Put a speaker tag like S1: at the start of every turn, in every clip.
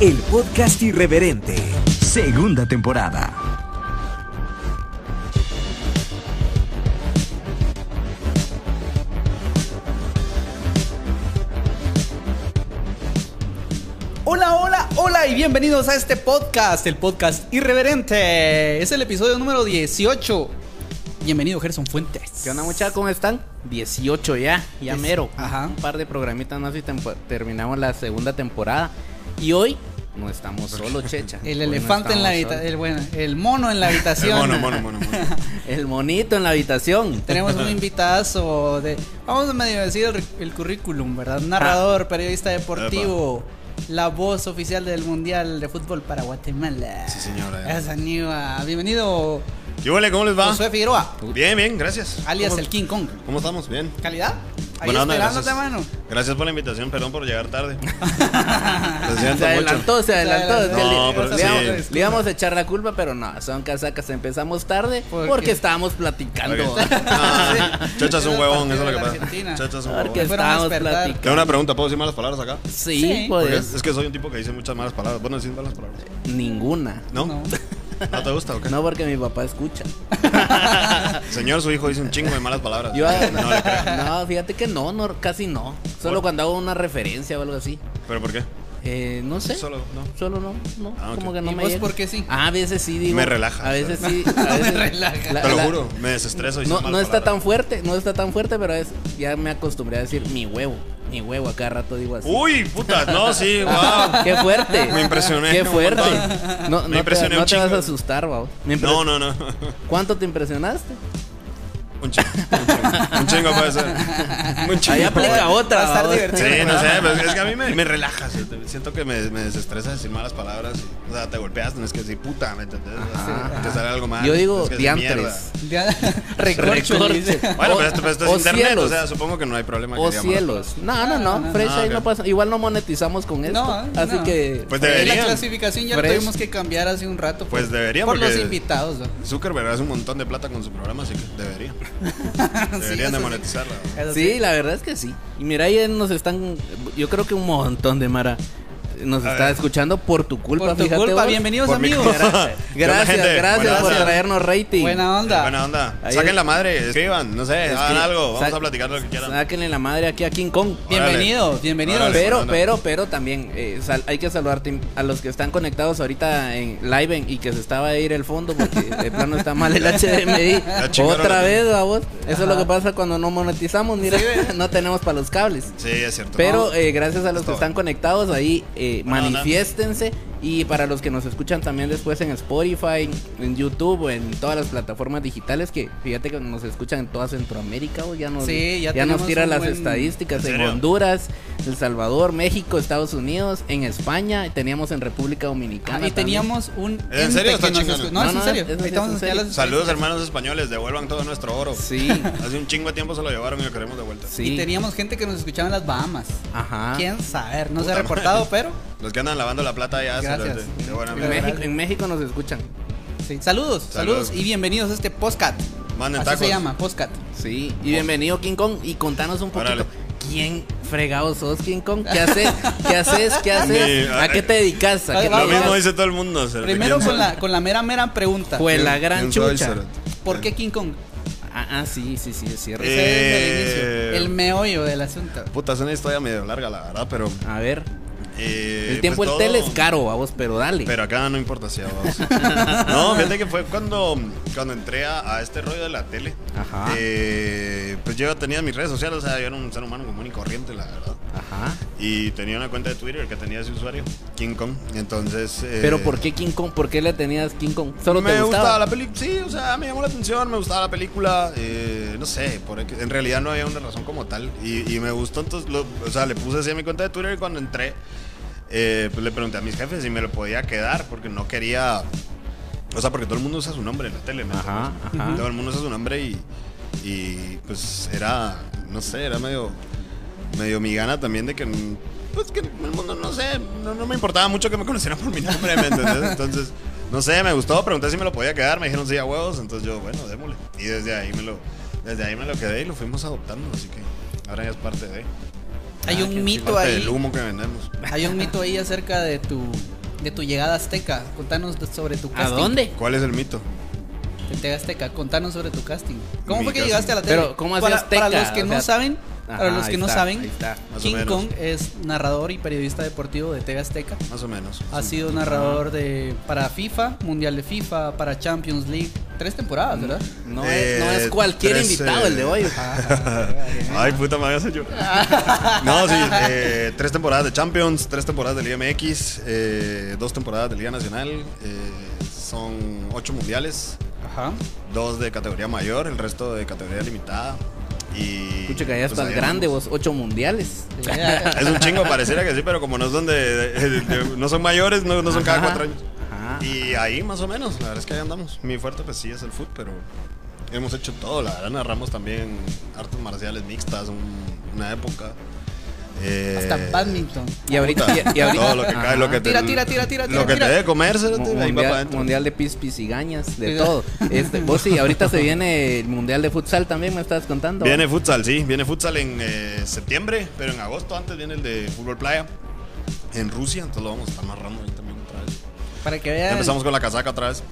S1: el podcast irreverente, segunda temporada.
S2: Hola, hola, hola y bienvenidos a este podcast, el podcast irreverente. Es el episodio número 18. Bienvenido, Gerson Fuentes.
S3: ¿Qué onda muchachos? ¿Cómo están? 18 ya, ya
S2: Es-
S3: mero.
S2: ajá.
S3: Un par de programitas más y tempo- terminamos la segunda temporada. Y hoy no estamos solos, checha.
S2: El
S3: Hoy no
S2: elefante en la
S3: estamos
S2: habitación. El, bueno, el mono en la habitación.
S4: Eh, Mono, mono, mono, mono.
S3: solos. El monito en la habitación.
S2: Tenemos un invitazo de. Vamos a medio decir el, el currículum, ¿verdad?
S4: Ah.
S2: Narrador, periodista deportivo. La voz oficial del Mundial de Fútbol para Guatemala.
S4: Sí, señora.
S2: Es Aníbal. Bienvenido,
S4: ¿Qué huele? ¿Cómo les va?
S2: Josué Figueroa,
S4: Bien, bien, gracias.
S2: alias
S4: ¿Cómo-
S2: el King Kong.
S4: ¿Cómo estamos? Bien.
S2: ¿Calidad? Ahí
S4: Buena onda,
S2: esperándote,
S4: gracias.
S2: mano.
S4: Gracias por la invitación, perdón por llegar tarde. Lo
S3: Se
S4: siento mucho.
S3: adelantó, se adelantó.
S2: Se
S3: Es que le-
S4: No, pero
S3: le,
S4: sí.
S3: íbamos- le íbamos a echar la culpa, pero no, son casacas. Empezamos tarde
S2: ¿Por
S3: porque
S2: qué?
S3: estábamos platicando.
S4: Ok. Ah,
S2: Sí.
S4: Chacha es un
S2: Era
S4: huevón,
S2: partido
S4: eso es
S2: de
S4: lo que
S2: la
S4: pasa.
S2: Argentina.
S4: Chacha es un
S3: Porque
S4: huevón.
S2: fueron a
S3: estábamos
S2: despertar.
S3: platicando.
S4: Tengo una pregunta, ¿puedo decir malas palabras acá?
S3: Sí,
S2: Sí.
S4: Porque
S3: pues
S4: es, es que soy un tipo que dice muchas malas palabras. Bueno, decís malas palabras.
S3: ninguna.
S4: ¿No?
S2: No.
S4: ¿No, te gusta o qué?
S3: No porque mi papá escucha.
S4: Señor, su hijo dice un chingo de malas palabras.
S3: Yo, eh,
S4: No le creo.
S3: no, fíjate que no, no, casi no. Solo
S4: ¿Por?
S3: cuando hago una referencia o algo así.
S4: ¿Pero por qué?
S3: Eh, no sé. Solo,
S4: Solo, no.
S3: no, no.
S4: Ah, ok.
S3: Como que no
S2: ¿Y
S3: me
S2: vos
S3: llega.
S2: por qué sí?
S3: Ah, a veces sí digo.
S4: Me relaja.
S3: A veces sí. A veces,
S2: Me relaja.
S3: la-
S4: Te lo
S3: la-
S4: juro, me desestreso y
S3: No, no está tan fuerte, no está tan fuerte, pero es, ya me acostumbré a decir mi huevo, mi huevo, a cada rato digo así.
S4: Uy, puta, no, sí, wow.
S3: ¡Qué fuerte!
S4: Uh, Me impresioné
S3: ¡Qué
S4: un
S3: fuerte!
S4: montón.
S3: No, no
S4: Me
S3: te,
S4: impresioné
S3: no
S4: un
S3: te vas a
S4: chingo.
S3: asustar, vamos. Me impre-
S4: No, no, no.
S3: ¿Cuánto te impresionaste?
S4: Un chingo, un chingo. Un chingo puede ser. Un chingo.
S3: Ahí aplica otra.
S2: Va a estar
S3: vamos.
S2: divertido.
S4: Sí, no sé, pero es que a mí me, me relaja. se- te- Siento que me, me desestresa decir malas palabras. y, o sea, te golpeas, tenés que decir puta, ¿me entendés? O sea, te sale algo mal.
S3: Yo digo
S4: tienes que decir, mierda.
S3: diantres.
S2: Recorcho.
S3: Recorcho.
S4: Bueno,
S3: O-
S4: pero esto, pero esto
S3: o
S4: es internet,
S3: cielos.
S4: o sea, supongo que no hay problema. que
S3: O
S4: digamos.
S3: cielos. No, no, no.
S2: No, no,
S3: Fresh
S4: no.
S3: ahí
S4: Ah,
S3: no
S4: ok.
S3: pasa. Igual no monetizamos con esto.
S2: No,
S3: así
S2: no.
S3: que.
S4: Pues
S2: Y eh, la
S4: deberían.
S2: clasificación ya la
S3: Fresh.
S2: tuvimos que cambiar hace un rato.
S4: Pues deberían,
S2: Por los
S4: porque-
S2: invitados, ¿no?
S4: Zuckerberg hace un montón de plata con su programa, así que debería.
S2: Sí,
S4: Deberían
S2: eso
S4: de
S2: sí.
S4: monetizarla.
S2: Eso
S3: sí, la verdad es que sí. Y mira, ahí nos están. Yo creo que un montón de Mara nos
S4: A
S3: está
S4: ver.
S3: escuchando por tu culpa.
S2: Por tu
S3: fíjate
S2: culpa,
S3: vos.
S2: bienvenidos
S4: Por mi
S2: amigos.
S4: culpa. ¿Qué onda,
S3: Gracias,
S4: gente?
S3: gracias
S4: Buena
S3: por
S4: onda.
S3: traernos rating.
S2: Buena onda.
S4: Buena onda.
S3: Ahí-
S4: Saquen la madre, escriban, no sé,
S3: Es que-
S4: hagan algo. Vamos
S3: sa-
S4: a platicar lo que quieran.
S3: Sáquenle la madre aquí a King Kong.
S2: Bienvenido, bienvenido.
S4: Órale.
S3: Pero,
S4: Buena onda.
S3: pero, pero también eh, sal- hay que saludarte a los que están conectados ahorita en live en- y que se estaba a ir el fondo porque de plano está mal el HDMI.
S4: La chingaron.
S3: Otra vez, vamos. Eso es lo
S2: Ajá.
S3: que pasa cuando no monetizamos, mira, no tenemos para los cables.
S4: Sí, es cierto.
S3: Pero eh, gracias a los que
S4: Estoy.
S3: están conectados ahí, eh,
S4: Buena onda.
S3: manifiéstense. Y para los que nos escuchan también después en Spotify, en YouTube, o en todas las plataformas digitales, que fíjate que nos escuchan en toda Centroamérica, o ya nos,
S2: Sí,
S3: ya
S2: ya
S3: nos
S2: tenemos
S3: tiran
S2: un
S3: las
S2: buen-
S3: estadísticas
S4: ¿En
S3: en,
S4: serio?
S3: Honduras, El Salvador, México, Estados Unidos, en España, y teníamos en República Dominicana.
S2: Ah, y
S3: también.
S2: teníamos un.
S4: ¿En
S2: ente
S4: serio? Está
S2: que nos
S4: chingando.
S2: escu- No,
S3: No,
S2: es en
S3: no,
S2: serio.
S3: eso sí,
S2: Ahí estamos
S3: es en
S2: ya
S3: serio.
S2: las-
S4: Saludos, hermanos españoles, devuelvan todo nuestro oro.
S3: Sí,
S4: Hace un chingo de tiempo se lo llevaron y lo queremos de vuelta.
S3: sí.
S2: Y teníamos gente que nos escuchaba en las Bahamas.
S3: Ajá.
S2: Quién saber, no se ha
S4: Ah. Puta
S2: reportado,
S4: madre.
S2: pero.
S4: Los que andan lavando la plata ya
S2: Gracias.
S4: cerote. Qué buena
S2: Sí,
S3: En
S4: mierda.
S3: México, en México nos escuchan.
S2: sí. Saludos, saludos,
S4: Saludos.
S2: y bienvenidos a este postcat.
S4: Manden
S2: Así
S4: tacos.
S2: se llama, postcat.
S3: Sí, y bienvenido King Kong y contanos un poquito.
S4: Órale.
S3: ¿Quién fregado sos King Kong? ¿Qué haces? ¿Qué haces? ¿Qué haces?
S4: Ni-
S3: ¿A qué te dedicas? ¿A qué te
S2: Lo
S4: Lo mismo
S3: dedicas?
S4: dice todo el mundo. cerote.
S2: Primero
S4: ¿Quién
S2: con
S4: sabe?
S2: la, con la mera, mera pregunta.
S4: Pues,
S3: Fue la gran
S4: ¿Quién soy,
S3: chucha.
S4: cerote?
S2: ¿Por qué King Kong? Pues
S3: Ah, ah, sí, sí, sí, es cierto.
S4: Eh.
S2: Ese es el
S4: Eh,
S2: inicio, el meollo del asunto.
S4: Puta, es una historia medio larga, la verdad, pero.
S3: A ver,
S4: eh,
S3: el tiempo
S4: pues
S3: el
S4: todo-
S3: tele es caro, vamos, pero dale.
S4: Pero acá no importa si a vos. No, fíjate que fue cuando, cuando entré a, a este rollo de la tele.
S3: Ajá.
S4: Eh, pues yo tenía mis redes sociales, o sea, yo era un ser humano común y corriente, la verdad.
S3: Ajá.
S4: Y tenía una cuenta de Twitter que tenía ese usuario, King Kong. Entonces. eh,
S3: Pero ¿por qué King Kong? ¿Por qué le tenías King Kong? Solo
S4: me
S3: te
S4: gustaba
S3: gustaba.
S4: la película, sí, o sea, me llamó la atención, me gustaba la película, eh, no sé, por, en realidad no había una razón como tal y, y me gustó, entonces, lo- o sea, le puse así a mi cuenta de Twitter y cuando entré, eh, pues le pregunté a mis jefes si me lo podía quedar porque no quería, o sea, porque todo el mundo usa su nombre en la tele, ¿me
S3: Ajá,
S4: entiendes?
S3: ajá.
S4: todo el mundo usa su nombre y, y pues era, no sé, era medio, medio mi gana también de que... mm, Pues que el mundo, no sé, no, no me importaba mucho que me conocieran por mi nombre, ¿me entendés? Entonces, no sé, me gustó, pregunté si me lo podía quedar, me dijeron sí a huevos, entonces yo, bueno, démosle. Y desde ahí me lo, desde ahí me lo quedé y lo fuimos adoptando, así que ahora ya es parte de,
S2: Hay
S3: Ah, que
S4: pues,
S2: un
S3: sí,
S2: mito
S4: parte
S2: ahí.
S4: del humo que vendemos.
S2: Hay un mito ahí acerca de tu de tu llegada azteca. Contanos de- sobre tu
S3: ¿A
S2: casting.
S3: dónde?
S4: ¿Cuál es el mito?
S2: De TV Azteca. Contanos sobre tu casting. ¿Cómo
S4: Mi
S2: fue que
S4: casting.
S2: llegaste a la tele?
S3: Pero, ¿cómo así
S2: para,
S3: azteca?
S2: Para los que
S3: O
S2: no
S3: sea,
S2: saben, para
S3: Ajá,
S2: los que
S3: ahí
S2: no
S3: está, ahí
S2: saben,
S3: está.
S4: Más o
S2: King
S4: menos.
S2: Kong es narrador y periodista deportivo de TV Azteca.
S4: Más o menos.
S2: Ha sido narrador de para FIFA, Mundial de FIFA, para Champions League, tres temporadas,
S3: Mm.
S2: ¿verdad?
S3: No, es, no es
S4: Eh,
S3: cualquier
S4: trece.
S3: invitado el de hoy.
S4: Ay, puta, me vas a llorar. No, sí, eh, tres temporadas de Champions, tres temporadas de Liga MX, eh, dos temporadas de Liga Nacional, eh, son ocho mundiales,
S2: Ajá.
S4: dos de categoría mayor, el resto de categoría limitada. Y.
S3: Escucha que allá
S4: pues,
S3: estás
S4: ahí
S3: grande
S4: andamos.
S3: vos, ocho mundiales.
S4: Es un chingo, pareciera que sí, pero como no es donde. de- de- de- no son mayores, no, no son cada
S3: Ajá.
S4: cuatro años.
S3: Ajá.
S4: Y ahí más o menos, la verdad es que ahí andamos. Mi fuerte pues sí es el foot, pero hemos hecho todo, la verdad narramos también artes marciales mixtas, un- una época. Eh,
S2: Hasta badminton.
S3: Y ahorita,
S4: puta,
S3: y, y ahorita-
S4: todo lo que cae, lo que te,
S2: Tira, tira, tira, tira,
S4: lo
S2: tira,
S4: que
S2: tira.
S4: te debe comer,
S3: Mu-
S4: se ahí va para
S3: Mundial,
S4: adentro.
S3: mundial de pispis y gañas, de
S2: Sí.
S3: todo. Este, vos sí, ahorita se viene el mundial de futsal también, me estás contando.
S4: Viene futsal, sí, viene futsal en eh, septiembre, pero en agosto antes viene el de fútbol playa en Rusia, entonces lo vamos a estar narrando ahí también otra vez.
S2: Para que
S4: Ya
S2: vean,
S4: empezamos con la casaca otra vez.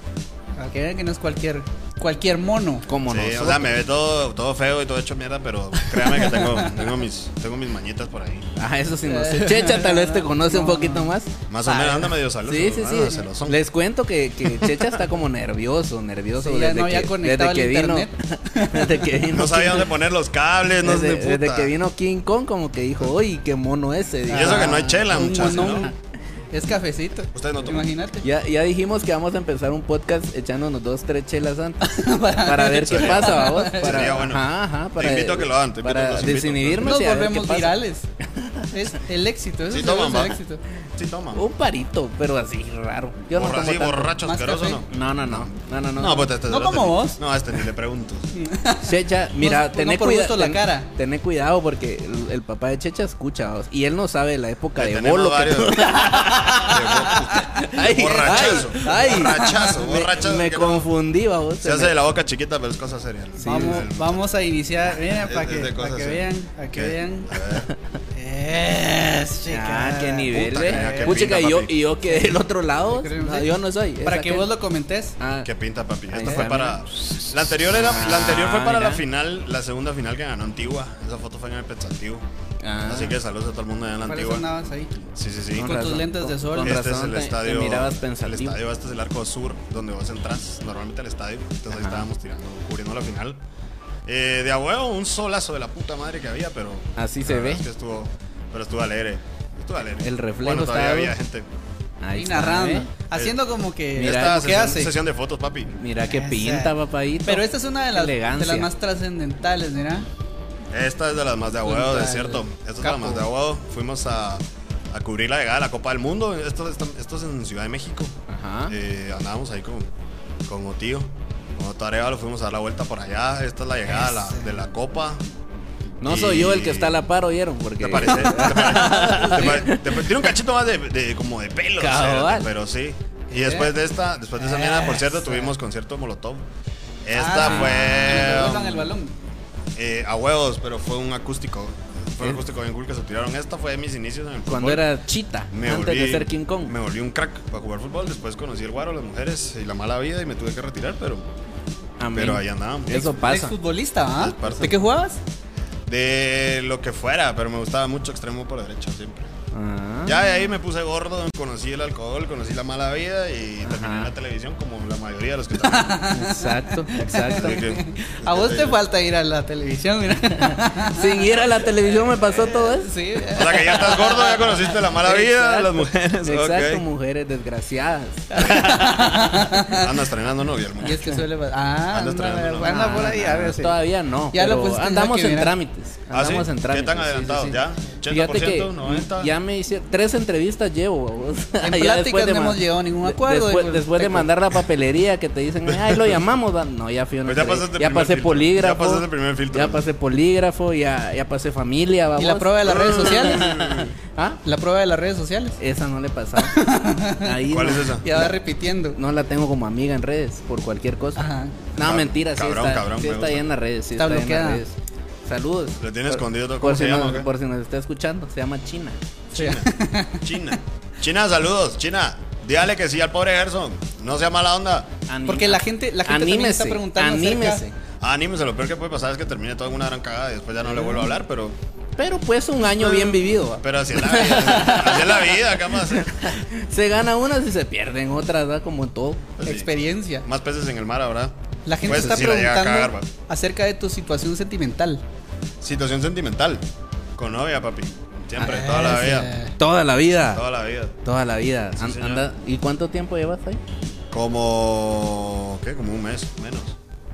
S2: para que vean que no es cualquier cualquier mono.
S3: ¿Cómo
S4: Sí,
S3: no?
S4: o sea, me ve todo, todo feo y todo hecho mierda, pero créame que tengo, tengo, mis, tengo mis mañitas por ahí.
S3: Ah, eso sí, no sé. Checha tal vez te conoce un
S2: No,
S3: poquito
S2: no.
S3: más. Ah.
S4: Más o menos anda medio saludo.
S3: Sí, sí, sí.
S4: Se lo son.
S3: Les cuento que, que Checha está como nervioso, nervioso.
S2: Sí, ya
S3: desde
S2: no había
S3: que,
S2: conectado
S3: desde
S2: el
S3: que vino, desde que vino.
S4: No sabía
S3: King-
S4: dónde poner los cables, no sé.
S3: desde,
S4: puta.
S3: desde que vino King Kong, como que dijo, uy, qué mono ese.
S4: Y
S3: dijo.
S4: eso que no hay chela,
S2: Un
S4: muchachos.
S2: monón.
S4: ¿no?
S2: Es cafecito.
S4: Ustedes no toman.
S2: Imagínate.
S3: Ya, ya dijimos que vamos a empezar un podcast echándonos dos, tres chelas antes. para, ver qué pasa, vamos. Para,
S4: Sería bueno.
S3: Ajá, ajá,
S4: Te
S3: para,
S4: invito a que lo hagan, te invito,
S3: para
S4: los invito.
S3: desinhibirnos
S2: Nos
S3: y a ver qué
S2: volvemos
S3: pasa.
S2: virales. Es el éxito, eso
S4: Sí,
S2: es
S4: toman, va.
S2: el éxito.
S4: Sí, toma.
S3: Un parito, pero así, raro. Uh, Yo no
S4: Borra-
S3: tomo
S4: sí,
S3: tanto.
S4: borracho,
S2: Más
S4: asqueroso,
S2: café.
S4: ¿no?
S3: No, no, no. No, no, no.
S4: No, pues este-
S2: No
S4: este-
S2: como vos.
S4: No, a este ni le pregunto.
S3: Checha, mira,
S2: no
S3: tené
S2: por
S3: cuida-
S2: gusto la
S3: ten-
S2: cara.
S3: tené cuidado porque el, el papá de Checha escucha vos, y él no sabe la época
S4: Ahí
S3: de
S4: tenemos
S3: bolo que
S4: varios.
S3: tú-
S4: De bo-
S3: Ay,
S4: borrachazo.
S3: ay, ay.
S4: Borrachazo,
S3: Me-
S4: borrachazo.
S3: Me,
S4: que no-
S3: confundí, vos.
S4: Se hace de la boca chiquita, pero es cosa seria. ¿no?
S2: vamos,
S4: Es el-
S2: vamos a iniciar. Mira,
S4: es-
S2: para
S4: es
S2: que,
S4: de
S2: pa'
S4: cosas
S2: que
S4: serias.
S2: vean, para que
S4: ¿Qué?
S2: vean.
S4: A ver.
S2: Es, chica.
S3: Ah, qué nivel,
S4: Puta, mira,
S3: eh.
S4: qué
S3: Pucha,
S4: pinta,
S3: que yo,
S4: papi.
S3: y yo quedé del otro lado.
S2: creo,
S3: No,
S2: sí.
S3: yo no soy.
S2: Para
S3: es
S2: que
S3: aquel.
S2: vos lo comentes.
S3: Ah,
S4: Qué pinta, papi.
S3: Ahí
S4: Esta
S3: está,
S4: fue para. La anterior, era, la anterior fue
S3: Ah,
S4: para la
S3: mira.
S4: final, la segunda final que ganó Antigua. Esa foto fue en el Pensativo.
S3: Ah.
S4: Así que saludos a todo el mundo allá en la
S2: ¿Cuáles
S4: Antigua.
S2: andabas ahí?
S4: Sí, sí, sí.
S3: Con
S2: Con tus
S3: razón,
S2: lentes de
S3: con-
S2: sol.
S3: con
S4: Este
S3: razón
S4: es el
S3: te- te
S4: estadio.
S3: mirabas
S4: el
S3: pensativo.
S4: estadio, este es el arco sur, donde vos entras normalmente al estadio. Entonces ahí
S3: Ajá.
S4: estábamos tirando, cubriendo la final. Eh, de a huevo, un solazo de la puta madre que había, pero.
S3: Así
S4: la
S3: se
S4: verdad
S3: ve.
S4: Es que estuvo, pero estuvo alegre. Estuvo alegre.
S3: El reflejo
S4: Bueno, todavía
S3: estaba-
S4: había gente.
S3: Ahí
S2: Y
S3: está,
S2: narrando.
S3: eh.
S2: Haciendo como que.
S3: Mira,
S4: Esta
S2: ¿Qué
S4: sesión,
S2: hace?
S4: sesión de fotos, papi.
S3: Mira qué
S2: Ese.
S3: pinta, papadito.
S2: Pero esta es una de las, de
S3: Elegancia.
S2: las más trascendentales, mira.
S4: Esta es de las más de aguado,
S2: Contra
S4: es cierto.
S2: el
S4: Esta es de las
S2: Capo.
S4: más de aguado. Fuimos a, a cubrir la llegada de la Copa del Mundo. Esto, esto, esto es en Ciudad de México.
S3: Ajá.
S4: Eh, andábamos ahí con, con Otío. Con Otto Arevalo fuimos a dar la vuelta por allá. Esta es la llegada de la, de la Copa.
S3: No soy yo el que
S4: y-
S3: está a la par, ¿oyeron? Porque...
S4: ¿Te parece? ¿Te parece? Te pare- te pare- tiene un cachito más de, de- como de pelo,
S3: Cabal.
S4: cerote, pero sí. Y después de esta, después de esa mierda, por cierto, tuvimos concierto de Molotov. Esta
S2: Ah, y le botan
S4: fue
S2: el balón.
S4: eh, a huevos, pero fue un acústico. Fue un
S3: ¿Eh?
S4: acústico bien cool que se tiraron. Esta fue de mis inicios en el fútbol.
S3: Cuando era Chita,
S4: Me
S3: antes de
S4: volví-
S3: ser King Kong.
S4: Me volví un crack para jugar fútbol. Después conocí el guaro, las mujeres y la mala vida y me tuve que retirar, pero,
S3: Amén.
S4: pero ahí andábamos.
S3: Eso pasa.
S2: Ex futbolista, ¿ah?
S4: Es parte.
S2: ¿De qué jugabas?
S4: De lo que fuera, pero me gustaba mucho extremo por derecha siempre.
S3: Ah.
S4: Ya de ahí me puse gordo, conocí el alcohol, conocí la mala vida y terminé en la televisión como la mayoría de los que están.
S3: Exacto, exacto.
S4: Así que- este,
S2: A vos
S4: Eh.
S2: te falta ir a la televisión, mira.
S3: Sin ir a la televisión me pasó todo eso.
S2: Sí,
S4: O sea que ya estás gordo, ya conociste la mala vida,
S3: Exacto.
S4: las mujeres.
S3: Exacto,
S4: ok.
S3: mujeres desgraciadas. Ah,
S4: Anda estrenando novia el
S2: y es
S4: muchacho.
S2: que suele pasar. Ah, anda,
S4: Anda estrenando, ¿no?
S2: anda por ahí, a ver si.
S3: Todavía no.
S2: Ya lo
S3: pero
S2: pusiste en la
S3: andamos
S2: que
S3: en
S2: mira.
S3: trámites.
S4: ¿Ah, sí?
S3: Andamos en
S4: ¿Qué
S3: trámites.
S4: tan
S3: sí,
S4: adelantados
S3: sí, sí.
S4: ya?
S3: Fíjate que
S4: 80%,
S3: Ya me hicieron tres entrevistas llevo. vos.
S2: En
S3: Ya
S2: pláticas
S3: después de
S2: no
S3: ma-
S2: hemos llegado a ningún acuerdo,
S3: Después,
S2: dijo el
S3: después de
S2: Teco.
S3: mandar la papelería que te dicen, ay, lo llamamos. va. No, ya fui a una
S4: Pues ya
S3: entrevista.
S4: pasaste el
S3: ya
S4: primer
S3: pasé
S4: filtro.
S3: polígrafo.
S4: Ya pasaste el primer filtro.
S3: Ya pasé polígrafo, ya, ya pasé familia. va,
S2: ¿Y la
S3: vos.
S2: prueba de las redes sociales?
S3: ¿Ah?
S2: La prueba de las redes sociales.
S3: Esa no le pasaba. Ahí
S4: ¿Cuál
S3: no.
S4: es esa?
S2: Ya va repitiendo.
S3: No la tengo como amiga en redes por cualquier cosa.
S2: Ajá.
S3: No,
S4: Cab-
S3: mentira, sí
S4: cabrón,
S3: está,
S4: cabrón,
S3: sí
S4: me
S3: está ahí
S4: gusta.
S3: en las redes. Sí
S2: Está
S3: está, ahí en las
S2: bloqueada.
S3: redes. Saludos.
S4: Lo tiene escondido, ¿cómo
S3: por,
S4: se
S3: si
S4: llama,
S3: nos,
S4: o qué?
S3: por si nos está escuchando, se llama China.
S2: Sí.
S4: China. China, saludos, China. Dígale que sí al pobre Gerson. No sea mala onda.
S3: Anima-
S2: Porque la gente, la gente también está preguntando acerca-
S3: anímese.
S4: Anímese, lo peor que puede pasar es que termine toda una gran cagada y después ya no le vuelvo a hablar, pero.
S3: Pero pues un año
S2: Mm.
S3: bien vivido. ¿va?
S4: Pero así es la vida. así es la vida, ¿qué más?
S3: Se gana unas y se pierden otras, ¿verdad? Como en todo.
S4: Pues
S2: experiencia.
S4: Más peces en el mar habrá.
S2: La gente
S4: Pues,
S2: está
S4: sí la llega a
S2: preguntando
S4: cagar, va.
S2: acerca de tu situación sentimental.
S4: Situación sentimental. Con novia, papi. Siempre, toda la
S2: Ah,
S4: vida.
S2: sí.
S3: Toda la vida.
S4: Toda la vida.
S3: Toda la vida. An-
S4: señor.
S3: anda- ¿Y cuánto tiempo llevas ahí?
S4: Como. ¿Qué? Como un mes, menos.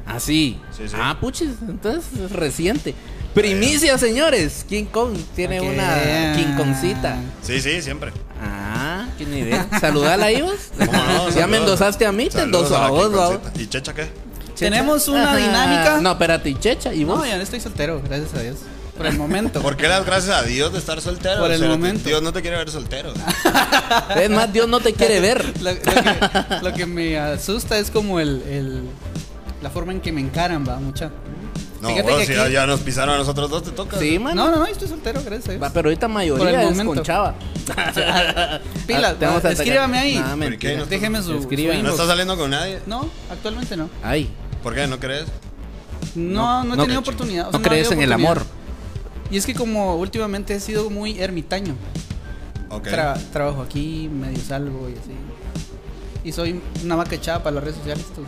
S3: Ah, sí.
S4: Sí, sí.
S3: Ah, puches, entonces es reciente. Primicia, señores. King Kong tiene
S2: Ok.
S3: una King Kongcita.
S4: Sí, sí, siempre.
S3: Ah, qué nivel. Saludala, Ibas.
S4: ¿Cómo
S3: ya
S4: no?
S3: me
S4: Saludos.
S3: endosaste a mí, te
S4: Saludos
S3: endoso a
S4: la
S3: vos, ¿va?
S4: Quiconcita. ¿Y Checha qué?
S3: Checha.
S2: Tenemos una dinámica.
S3: No, espérate, y Checha, y vos.
S2: No, yo no estoy soltero, gracias a Dios. Por el momento.
S4: ¿Por qué las gracias a Dios de estar soltero?
S2: Por el
S4: O sea,
S2: momento.
S4: Dios no te quiere ver soltero.
S3: es más, Dios no te quiere ver.
S2: Lo, lo que, lo que me asusta es como el, el- la forma en que me encaran, va, mucha.
S4: No,
S2: Fíjate
S4: vos,
S2: que
S4: si
S2: aquí-
S4: ya nos pisaron a nosotros dos, te toca.
S3: Sí,
S2: No,
S3: mano.
S2: no, no, yo estoy soltero, gracias a Dios.
S3: Va, pero ahorita
S2: Por el
S3: mayoría es
S2: momento.
S3: con chava.
S2: Pila,
S3: Ah, te vamos a
S2: escríbame
S3: atacar.
S2: ahí. Eh,
S3: Nah, mentira.
S4: no-
S2: Déjeme su.
S3: Escribe.
S2: su
S4: ¿No
S2: inbox.
S4: estás saliendo con nadie?
S2: No, actualmente no.
S3: Ay.
S4: ¿Por qué? ¿No crees?
S2: No, no, he
S3: no
S2: tenido
S3: cre-
S2: oportunidad. o sea,
S3: no
S2: ha
S3: crees
S2: habido
S3: en el
S2: oportunidad.
S3: amor.
S2: Y es que como últimamente he sido muy ermitaño.
S4: Ok.
S2: Tra- trabajo aquí, medio salgo y así. Y soy una vaca echada para las redes sociales. tú.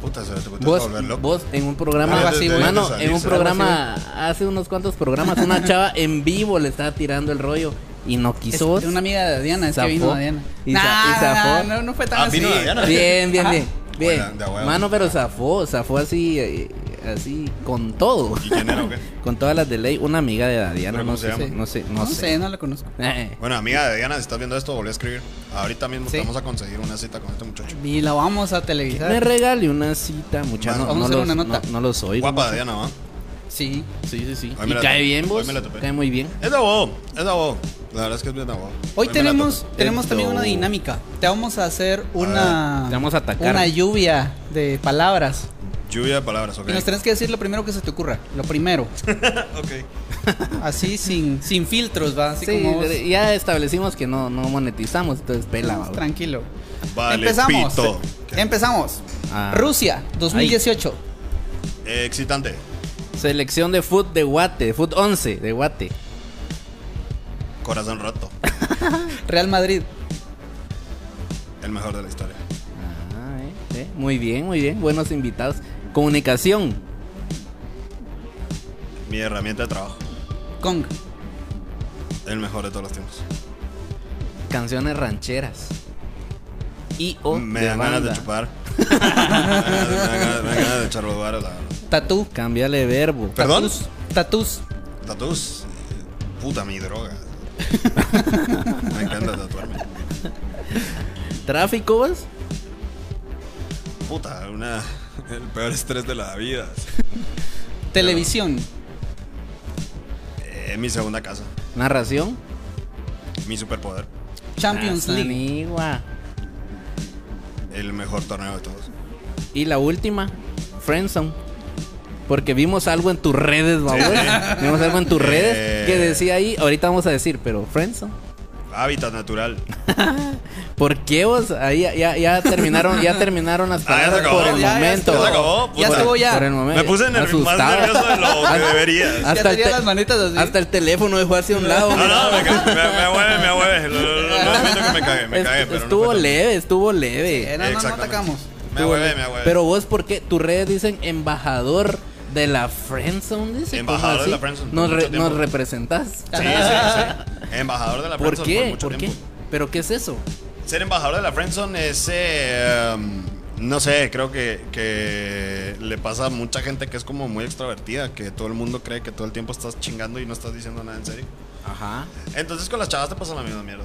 S4: Puta, se te puede
S3: Vos,
S4: volver loco. Ah,
S3: vos en un programa,
S2: Algo así, güey.
S3: mano,
S4: Antes de
S3: en un
S4: salirse.
S3: programa, hace unos cuantos programas, una chava en vivo le estaba tirando el rollo y no
S2: Es
S3: quiso.
S2: una amiga de Diana, es
S3: zafó.
S2: que vino a Diana.
S3: Y
S2: Nah,
S3: za- y zafó.
S2: nah, no, no fue tan
S4: Ah,
S2: así.
S4: vino la Diana.
S3: Bien, bien, bien. Bien.
S4: Buena, de huevo.
S3: Mano, pero zafó, zafó así, eh, así, con todo.
S4: ¿Y quién era o qué?
S3: Con todas las de ley, una amiga de Diana, no
S4: ¿Pero cómo se
S3: sé,
S4: llama?
S3: no sé, no,
S2: No,
S3: sé.
S2: sé, no la conozco.
S3: Eh,
S4: Bueno, amiga de Diana, si estás viendo esto, volví a escribir. Ahorita mismo
S2: Sí.
S4: te vamos a conseguir una cita con este muchacho.
S2: Y la vamos a
S3: me
S2: televisar.
S3: regale una cita, muchachos. No,
S4: Vamos
S2: a
S3: no
S2: hacer
S3: los,
S2: una nota.
S3: No, no los oigo.
S4: Guapa de Diana, ¿va?
S2: Sí.
S3: Sí, sí, sí.
S4: Hoy me
S3: Y
S4: la
S3: cae
S4: topé.
S3: bien
S4: Hoy
S3: vos.
S4: me la topé.
S3: Cae muy bien.
S4: Es de abogado, es de abogado. La verdad es que es bien de abogado.
S2: Hoy
S4: me la
S2: tenemos,
S4: topé.
S2: tenemos
S3: Esto.
S2: también una dinámica. Te vamos a hacer una,
S3: Te vamos a atacar.
S2: una lluvia de palabras.
S4: Lluvia de palabras, ok.
S2: Y nos tenés que decir lo primero que se te ocurra. Lo primero.
S4: Ok.
S2: Así sin, sin filtros, va. Así
S3: Sí,
S2: como vos.
S3: ya establecimos que no, no monetizamos, entonces pela. va.
S2: Tranquilo.
S4: Vale,
S2: Empezamos.
S4: pito.
S2: Empezamos.
S3: Ah.
S2: Rusia, 2018.
S4: Eh, excitante.
S3: Selección de foot de Guate, foot 11 de Guate.
S4: Corazón roto.
S2: Real Madrid.
S4: El mejor de la historia.
S3: Ah, eh, eh, Muy bien, muy bien, buenos invitados. Comunicación,
S4: Mi herramienta de trabajo.
S2: Kong.
S4: El mejor de todos los tiempos.
S3: canciones rancheras. Y
S2: Oh,
S3: o
S4: me
S3: de
S4: dan
S3: banda.
S4: ganas de chupar. me, dan, ganas- me dan ganas- me dan ganas de echar los bares, la verdad.
S2: Tatú.
S3: Cámbiale verbo.
S4: ¿Perdón?
S2: Tatús. Tatús.
S4: Tatús. eh, Puta, mi droga. me encanta tatuarme.
S3: Tráfico, pues. vos.
S4: Puta, una, el peor estrés de la vida.
S2: Televisión.
S4: Eh, mi segunda casa.
S3: Narración.
S4: Mi superpoder.
S2: Champions
S3: Ah,
S2: League.
S3: sanigua.
S4: El mejor torneo de todos.
S3: Y la última, Friendzone. Porque vimos algo en tus redes, babos. Vimos algo en tus
S4: Eh.
S3: redes que decía ahí, ahorita vamos a decir, pero Friendzone.
S4: Hábitat natural.
S3: ¿Por qué vos? Ahí ya, ya, ya terminaron, ya terminaron las
S4: Ah, ya se
S3: palabras
S4: acabó.
S3: por el
S2: Ya, ya se
S3: momento.
S4: acabó. Ya se acabó,
S3: Por-
S2: puta. estuvo ya.
S3: Por el momento.
S4: Me puse nervi- más
S3: Asustado.
S4: nervioso de lo que debería.
S2: Ya
S3: Hasta el,
S2: tenía
S3: te-
S2: las manitas así.
S3: hasta el teléfono dejó hacia un lado.
S4: No, no, me, ca- me, me mueve, me mueve. No, no, no, no, admito que me cagué, me
S3: Est-
S4: cagué. Pero no
S3: estuvo
S4: fue tan-
S3: leve, estuvo leve.
S2: Eh, no, no, no
S4: Exactamente.
S2: atacamos.
S4: Me hueve, me hueve.
S3: Pero vos, ¿por qué? Tus redes dicen embajador de la Friendzone, dice. ¿cómo
S4: Embajador de
S3: así?
S4: la friendzone,
S3: Nos,
S4: por
S3: re-
S4: mucho tiempo.
S3: nos representás.
S4: Sí, sí, sí. Embajador de la
S3: ¿Por
S4: Friendzone
S3: qué?
S4: mucho
S3: ¿Por qué?
S4: tiempo.
S3: ¿Pero qué es eso?
S4: Ser embajador de la Friendzone es. eh, um, no sé, creo que, que le pasa a mucha gente que es como muy extrovertida, que todo el mundo cree que todo el tiempo estás chingando y no estás diciendo nada en serio.
S3: Ajá.
S4: Entonces con las chavas te pasa la misma mierda.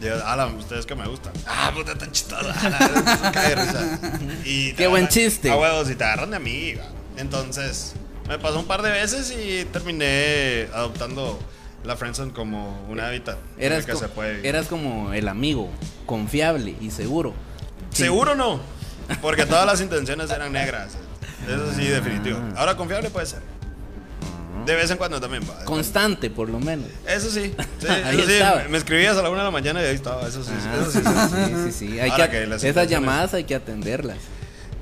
S4: Llegas, Ala, ustedes que me gustan. Ah, puta tan chistosa. Cae de risa. Y te
S3: Qué buen
S4: agarran-
S3: chiste.
S4: A huevos, y te agarran de amiga. Entonces, me pasó un par de veces y terminé adoptando la friendzone como un hábitat. en el
S3: Eras,
S4: que pues.
S3: co-
S4: se puede vivir.
S3: eras como el amigo, confiable y seguro.
S4: Seguro no, porque
S3: Ah.
S4: todas las intenciones eran negras. Eso sí, definitivo. Ahora confiable puede ser. de vez en cuando también. va.
S3: Constante, por lo menos.
S4: Eso sí. sí,
S3: Ahí
S4: eso sí,
S3: estaba.
S4: Me, me escribías a la una de la mañana y ahí estaba. Eso sí.
S3: Ah,
S4: eso sí,
S3: sí,
S4: eso sí.
S3: sí, sí. Hay
S4: Ahora
S3: que-
S4: que las
S3: esas
S4: intenciones-
S3: llamadas hay que atenderlas.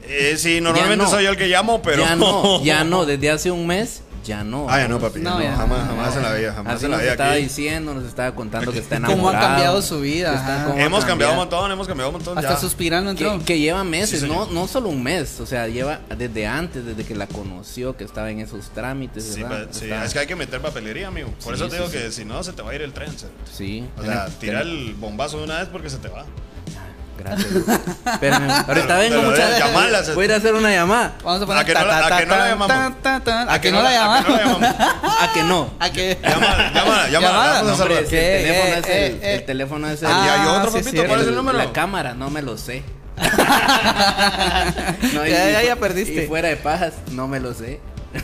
S4: Eh, sí, normalmente
S3: no.
S4: soy yo el que llamo, pero.
S3: Ya no, ya no, desde hace un mes, ya no.
S4: Ah, ya no, papi. ya
S2: No,
S4: no,
S2: ya
S4: jamás,
S2: no.
S4: jamás en la vida. Jamás
S3: Así
S4: en la
S3: nos
S4: vida.
S3: estaba
S4: aquí.
S3: diciendo, nos estaba contando que está enamorado.
S2: Cómo ha cambiado su vida,
S3: que está-
S2: ajá.
S3: cómo ha
S4: Hemos cambiado un
S3: cambiado.
S4: montón, hemos cambiado un montón.
S2: Hasta
S4: ya.
S2: suspirando entró.
S3: Que, que lleva meses,
S4: Sí,
S3: no,
S4: señor.
S3: no solo un mes, o sea, lleva desde antes, desde que la conoció, que estaba en esos trámites,
S4: Sí,
S3: ¿verdad?
S4: pa- sí,
S3: Estaba-
S4: es que hay que meter papelería, amigo. Por
S3: Sí,
S4: eso te
S3: sí,
S4: digo
S3: sí.
S4: que si no, se te va a ir el tren. se-
S3: Sí.
S4: O sea,
S3: Tenés-
S4: tira
S3: tenés-
S4: el bombazo de una vez porque se te va.
S3: Ah, Gracias. Espérame, ahorita vengo,
S4: Pero,
S3: muchachos.
S4: llamarlas, eh.
S3: Voy a ir a hacer una llamada.
S2: Vamos a
S4: ¿A que
S2: poner
S4: no la- a que no la llamamos?
S2: A que no la
S4: ¿A que no la
S2: llamamos.
S4: llamamos?
S3: A que no.
S2: A que
S4: Llámala, llámala, llámala.
S2: Llamada,
S4: vamos a
S2: no, hombre,
S4: saludar.
S2: sí. Eh,
S3: el,
S2: eh,
S3: teléfono es el,
S2: eh,
S3: el
S2: eh.
S3: teléfono es el.
S4: Y hay
S2: Ah,
S4: otro,
S2: sí,
S4: papito,
S2: cierto.
S4: ¿cuál es el número?
S3: La cámara, no me lo sé. y-
S2: Ya- ya- ya
S3: y-
S2: perdiste.
S3: Y fuera de pajas, no me lo sé.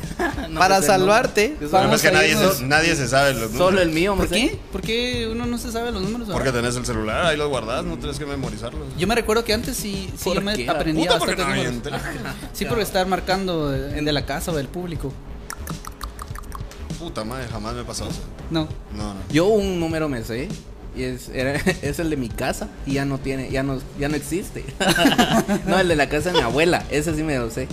S3: No
S2: Para
S3: me sé el nombre.
S2: salvarte,
S3: Yo
S4: Pero
S3: solo-
S2: vamos
S4: es que
S2: a
S4: nadie
S2: irnos.
S4: se, nadie se sabe los
S3: Solo
S4: números.
S3: el mío, me
S2: ¿Por
S3: sé.
S2: qué? ¿Por qué uno no se sabe los números? ahora?
S4: Porque tenés el celular, ahí los guardás, no tenés que memorizarlos.
S2: Yo me recuerdo que antes sí, sí
S3: ¿Por
S2: yo me
S3: qué?
S2: aprendía
S4: Puta, porque
S2: bastantes
S4: no había un
S2: números.
S4: teléfono.
S2: Sí, por estar marcando de, de la casa o del público.
S4: Puta madre, jamás me pasó eso.
S2: No.
S4: No, no.
S3: Yo un número me sé. Y es, era- es el de mi casa y ya no tiene, ya no, ya no existe. no, el de la casa de mi abuela, ese sí me lo sé.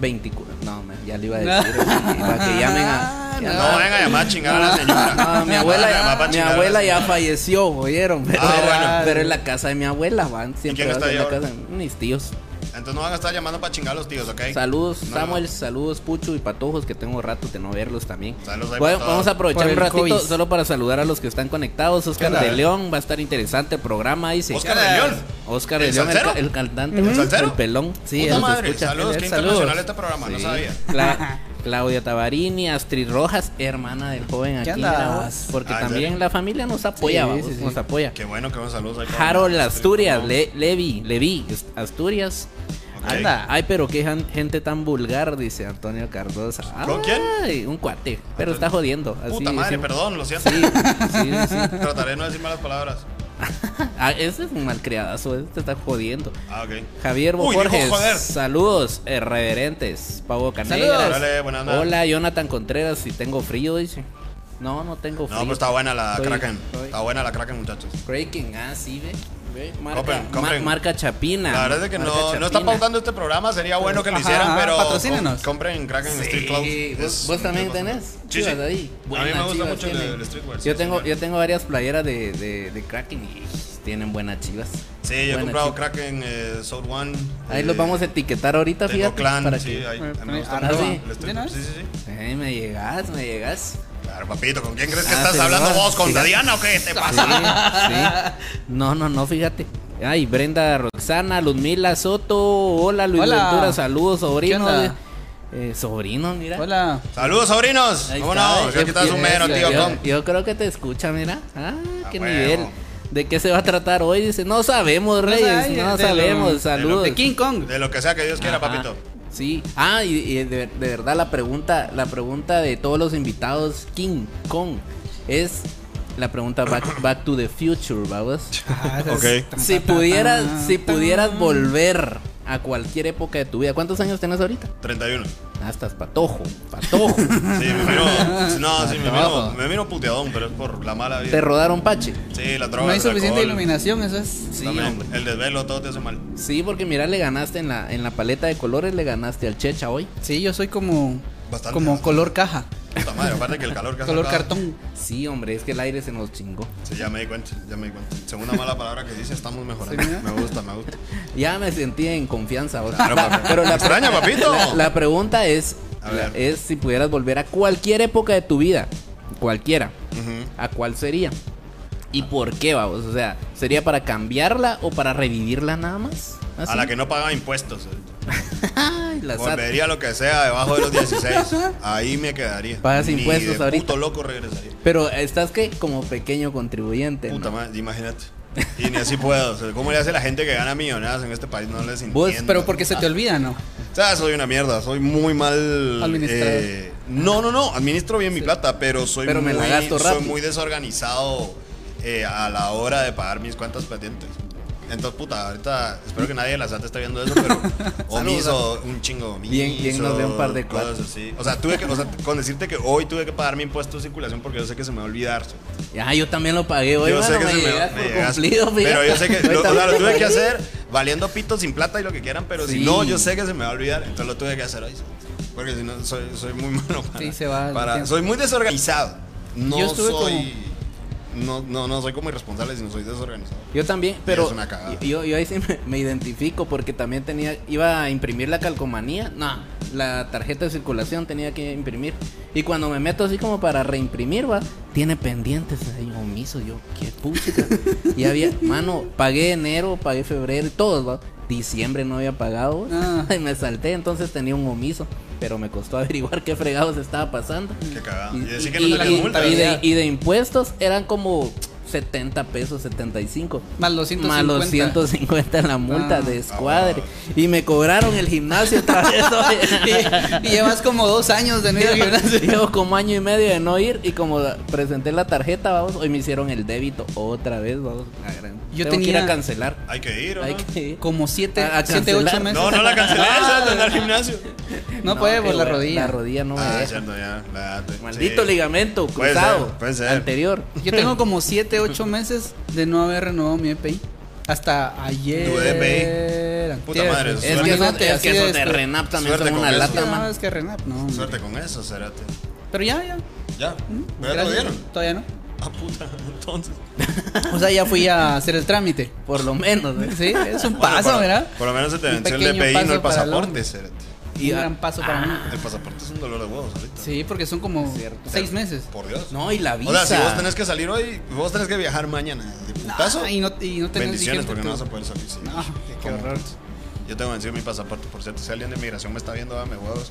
S3: 24. No, me- ya le iba a decir. y para que llamen a. que
S2: No,
S4: No,
S3: a-
S4: venga a llamar a chingar a la señora.
S3: No, mi abuela,
S4: Venga
S3: ya,
S4: a llamar Ah, para
S3: mi
S4: chingar a la
S3: abuela ya
S4: señora.
S3: falleció, oyeron. Pero,
S4: Ah,
S3: era-
S4: bueno.
S3: pero en la casa de mi abuela, van. Siempre
S4: quién
S3: va a
S4: está
S3: ser
S4: ahí
S3: la
S4: ahora?
S3: casa de mis tíos.
S4: Entonces no van a estar llamando para chingar a los tíos, ¿ok?
S3: Saludos,
S4: No,
S3: Samuel,
S4: no.
S3: saludos, Pucho y Patojos, que tengo rato de no verlos también.
S4: Saludos ahí
S3: Bueno,
S4: para
S3: vamos
S4: todos.
S3: a aprovechar
S2: Por
S3: un
S2: el
S3: ratito
S2: COVID.
S3: solo para saludar a los que están conectados. Oscar
S4: Hola.
S3: de León, va a estar interesante el programa, dice.
S4: Oscar de León.
S3: Oscar
S4: ¿El
S3: de León, el,
S4: salsero?
S3: ca- el cantante,
S4: ¿El salsero?
S3: pelón. Sí,
S4: Puta
S3: él se
S4: madre,
S3: escucha.
S4: saludos,
S3: Él-
S4: qué
S3: saludos.
S4: internacional este programa, no
S3: Sí.
S4: sabía.
S3: Cla- Claudia Tabarini, Astrid Rojas, hermana del joven
S2: ¿Qué
S3: aquí.
S2: andas?
S3: Raúl, Porque
S4: Ah, ¿en
S3: también
S4: serio?
S3: la familia nos apoya,
S2: Sí,
S3: vamos,
S2: sí, sí.
S3: nos apoya.
S4: Qué bueno que van saludos ahí. para-
S3: Harold Asturias, Le- Levi, Levi, Est- Asturias.
S4: Ok.
S3: Anda. Ay, pero qué jan- gente tan vulgar, dice Antonio Cardosa.
S4: ¿Con quién?
S3: Ay, un cuate, pero está jodiendo. así
S4: Puta madre,
S3: decimos.
S4: perdón, lo siento.
S3: Sí, sí, sí.
S4: Trataré de no decir malas palabras.
S3: Ah, ese es un malcriadazo, ese te está jodiendo.
S4: Ah, ok.
S3: Javier
S4: Uy, dijo
S3: Borges,
S4: joder.
S3: saludos, eh, reverentes. Pavo
S2: Saludos.
S3: Canelas.
S4: Órale, buena onda.
S3: Hola, Jonathan Contreras, si tengo frío, dice. No, no tengo
S4: No,
S3: frío.
S4: pero está buena la
S3: Estoy-
S4: Kraken.
S3: estoy-
S4: Está buena la Kraken, muchachos.
S3: Breaking, ah, sí, ve. ve, Marca,
S4: Compren,
S3: ma-
S4: compren.
S3: marca Chapina.
S4: La verdad es que
S3: marca
S4: no, no está
S3: Chapina.
S4: pautando este programa, sería bueno que lo
S2: Ajá,
S4: hicieran,
S2: ajá,
S4: pero
S2: patrocínenos.
S4: com- compren Kraken Street Cloud.
S3: Sí,
S4: Es-
S3: ¿Vos, vos también
S4: es
S3: tenés
S4: bastante- Sí, sí.
S3: chivas ahí.
S4: a mí me
S3: Buenas
S4: gusta
S3: chivas
S4: mucho el,
S3: tienen.
S4: el streetwear.
S3: Yo
S4: sí,
S3: tengo,
S4: señor.
S3: yo tengo varias playeras de, de, de Kraken y tienen buenas chivas.
S4: Sí, yo he
S3: Buenas
S4: comprado
S3: chivas.
S4: Kraken, eh, Soul One.
S3: Ahí
S4: eh,
S3: los vamos a etiquetar ahorita,
S4: Tengo
S3: fíjate.
S4: Clan,
S3: para
S4: sí,
S3: que-
S4: ahí, ahí me gusta
S2: Arroba.
S4: mucho
S3: sí.
S4: el
S2: ¿De una
S4: streetwear.
S2: vez?
S4: Sí, sí, sí.
S3: Eh, me llegás, me llegás.
S4: Claro, papito, ¿con quién crees que
S3: Ah,
S4: estás
S3: pero
S4: hablando
S3: no,
S4: vos? ¿Con
S3: fíjate.
S4: Dadiana o qué te
S3: Sí,
S4: pasa?
S3: sí. No, no, no, fíjate. Ay, Brenda Roxana, Luzmila Soto. Hola, Luis
S2: Hola.
S3: Ventura, saludos, sobrino.
S2: onda?
S3: de- eh, sobrino, mira.
S2: Hola.
S4: Saludos, sobrinos.
S3: Ahí
S4: ¿Cómo
S3: está,
S4: no?
S3: eh.
S4: Yo aquí estás un mero,
S3: yo-
S4: tío.
S3: yo-
S4: con-
S3: yo creo que te escucha, mira. Ah,
S4: Ah,
S3: qué
S4: huevo.
S3: nivel. ¿De qué se va a tratar hoy? Dice, no sabemos, Reyes,
S2: sabe,
S3: no,
S2: de lo-
S3: sabemos.
S2: de lo-
S3: Saludos.
S2: De King Kong.
S4: De lo que sea que Dios quiera,
S3: Ajá.
S4: papito.
S3: Sí. Ah, y, y de, de verdad la pregunta, la pregunta de todos los invitados King Kong es la pregunta Back, back to the Future, vamos.
S2: Ah,
S4: Ok.
S3: Si pudieras, si pudieras volver a cualquier época de tu vida, ¿cuántos años tienes ahorita?
S4: 31.
S3: Ah, estás patojo, patojo.
S4: Sí, me miro. No, sí, me
S3: Abajo.
S4: miro, me miro puteadón, pero es por la mala
S3: Te
S4: vida.
S3: rodaron pache.
S4: Sí, la droga.
S2: No hay
S4: el
S2: suficiente
S4: alcohol,
S2: iluminación, eso es.
S3: Sí,
S4: también.
S3: hombre.
S4: El desvelo, todo te hace mal.
S3: Sí, porque mira, le ganaste en la, en la paleta de colores, le ganaste al Checha hoy.
S2: Sí, yo soy como.
S4: Bastante,
S2: como
S4: bastante.
S2: color caja.
S4: Puta madre, aparte que el calor que hace
S2: Color
S4: acá-
S2: cartón.
S3: Sí, hombre, es que el aire se nos chingó.
S4: Sí, ya me di cuenta, ya me di cuenta. Segunda mala palabra que dice, estamos mejorando.
S2: Sí, mira.
S4: me gusta, me gusta.
S3: Ya me sentí en confianza ahora.
S4: Claro,
S3: La-
S4: papito.
S3: pero la,
S4: Extraña, papito.
S3: La, la pregunta es,
S4: A
S3: la-
S4: ver.
S3: es si pudieras volver a cualquier época de tu vida, cualquiera,
S4: Ujú.
S3: ¿a cuál sería?
S4: Ah.
S3: ¿Y por qué, vamos? O sea, ¿sería para cambiarla o para revivirla nada más?
S4: A la que no pagaba impuestos. eh.
S3: Ay, la SAT.
S4: Volvería lo que sea debajo de los 16. Ahí me quedaría.
S3: Pagas
S4: Ni
S3: impuestos
S4: de
S3: ahorita.
S4: Puto loco regresaría.
S3: Pero estás que como pequeño contribuyente.
S4: Puta
S3: ¿no?
S4: madre, imagínate. Y ni así puedo. o sea, ¿Cómo le hace la gente que gana millonadas en este país? No les entiendo. Ah,
S3: Vos,
S2: Pues, Pero porque se te olvida, ¿no?
S4: O sea, soy una mierda, soy muy mal.
S2: Administrador.
S4: eh, no, no, no, administro bien mi plata, pero soy
S3: Pero me
S4: muy,
S3: la gasto
S4: soy
S3: rápido.
S4: muy desorganizado eh, a la hora de pagar mis cuentas pendientes. Entonces, puta, ahorita espero que nadie de la SAT esté viendo eso, pero omiso, un chingo omiso.
S3: Bien- bien nos dé un par de
S4: cosas
S3: cuatro.
S4: así. O sea, tuve que, o sea, con decirte que hoy tuve que pagar mi impuesto de circulación porque yo sé que se me va a olvidar.
S3: Ya, yo también lo pagué hoy.
S4: yo
S3: mano,
S4: sé que
S3: me
S4: se me,
S3: llegas
S4: me
S3: por
S4: llegas-
S3: cumplido,
S4: Pero
S3: fíjate.
S4: yo sé que
S3: Hoy
S4: lo, o sea,
S3: también
S4: lo
S3: lo
S4: tuve
S3: pagué.
S4: que hacer valiendo pito sin plata y lo que quieran, pero si
S3: Sí.
S4: no, yo sé que se me va a olvidar. Entonces lo tuve que hacer hoy. Porque si no, soy, soy muy malo para.
S2: Sí, se va el
S4: para-
S2: tiempo.
S4: soy muy desorganizado. No
S2: Yo estuve
S4: soy. No, no, no soy como irresponsable, sino soy desorganizado.
S3: Yo también, pero
S4: es una cagada.
S3: yo, yo ahí sí me, me identifico porque también tenía, iba a imprimir la calcomanía, no, la tarjeta de circulación tenía que imprimir. Y cuando me meto así como para reimprimir, va, tiene pendientes ahí omiso, yo, qué puta. y había, mano, pagué enero, pagué febrero, y todos, va. Diciembre no había pagado,
S2: Ah.
S3: y me salté, entonces tenía un omiso, pero me costó averiguar qué fregados estaba pasando.
S4: Qué cagada. Y
S3: Y-
S4: decir
S3: y-
S4: que no
S3: y-
S4: tenías
S3: y-
S4: multa.
S3: y de,
S4: ¿verdad?
S3: y de impuestos eran como 70 pesos, 75.
S2: Más los 150.
S3: Más los 150 en la multa
S2: Ah.
S3: de escuadre. Y me cobraron el gimnasio otra vez. oye.
S2: Y llevas como dos años de no ir al gimnasio.
S3: Llevo como año y medio de no ir y como presenté la tarjeta, vamos, hoy me hicieron el débito otra vez, vamos. la gran-
S2: Yo
S3: Tengo que ir
S2: tenía-
S3: a cancelar.
S4: Hay que ir, ¿o
S3: Hay
S4: no?
S3: que ir.
S2: Como siete,
S3: Ah, A- a
S2: siete
S3: cancelar.
S2: ocho meses.
S4: No, no la cancelé, esa de andar al gimnasio.
S2: No, puede
S3: qué
S2: por la
S3: bueno,
S2: rodilla.
S3: La rodilla no me
S4: Ah,
S3: deja.
S4: es cierto, ya. la-
S3: Maldito
S4: sí.
S3: ligamento
S4: Puede
S3: cruzado.
S4: ser, puede ser.
S3: Anterior.
S2: Yo tengo como 7, 8 meses de no haber renovado mi EPI. Hasta ayer.
S4: Tu EPI.
S2: antier.
S4: Puta madre,
S3: Es
S4: Suerte.
S3: que eso,
S2: Imagínate,
S3: es que
S2: así
S3: eso
S2: de-
S3: de Renap también
S4: Suerte
S3: son
S4: con
S3: una
S4: eso.
S3: lata,
S2: No,
S3: man.
S2: es que Renap, no. hombre.
S4: Suerte con eso, Cerate.
S2: Pero ya, ya.
S4: Ya. ¿Ya te lo
S2: gracias.
S4: dieron?
S2: Todavía no.
S4: Ah, puta, entonces.
S2: O sea, ya fui a hacer el trámite.
S3: Por lo menos, ¿eh?
S2: Sí, es un
S4: Bueno,
S2: paso,
S4: por-
S2: ¿verdad?
S4: Por lo menos se te
S2: Un
S4: venció el
S2: pequeño
S4: DPI, no el
S2: paso para el
S4: pasaporte,
S2: hombre.
S4: Cerate.
S2: Un gran paso para mí.
S4: El pasaporte es un dolor de huevos ahorita.
S2: Sí, porque son como
S3: Cierto.
S2: 6 meses.
S4: Por Dios.
S3: No, y la visa.
S4: O sea, si vos tenés que salir hoy, vos tenés que viajar mañana. De putazo.
S2: Ah, y no, y no tenés
S4: Bendiciones,
S2: vigente
S4: porque no
S2: tu-
S4: vas a poder salir. sí.
S2: No, qué
S4: Como-
S2: horror.
S4: Yo tengo vencido mi pasaporte, por cierto. Si alguien de migración me está viendo, dame huevos.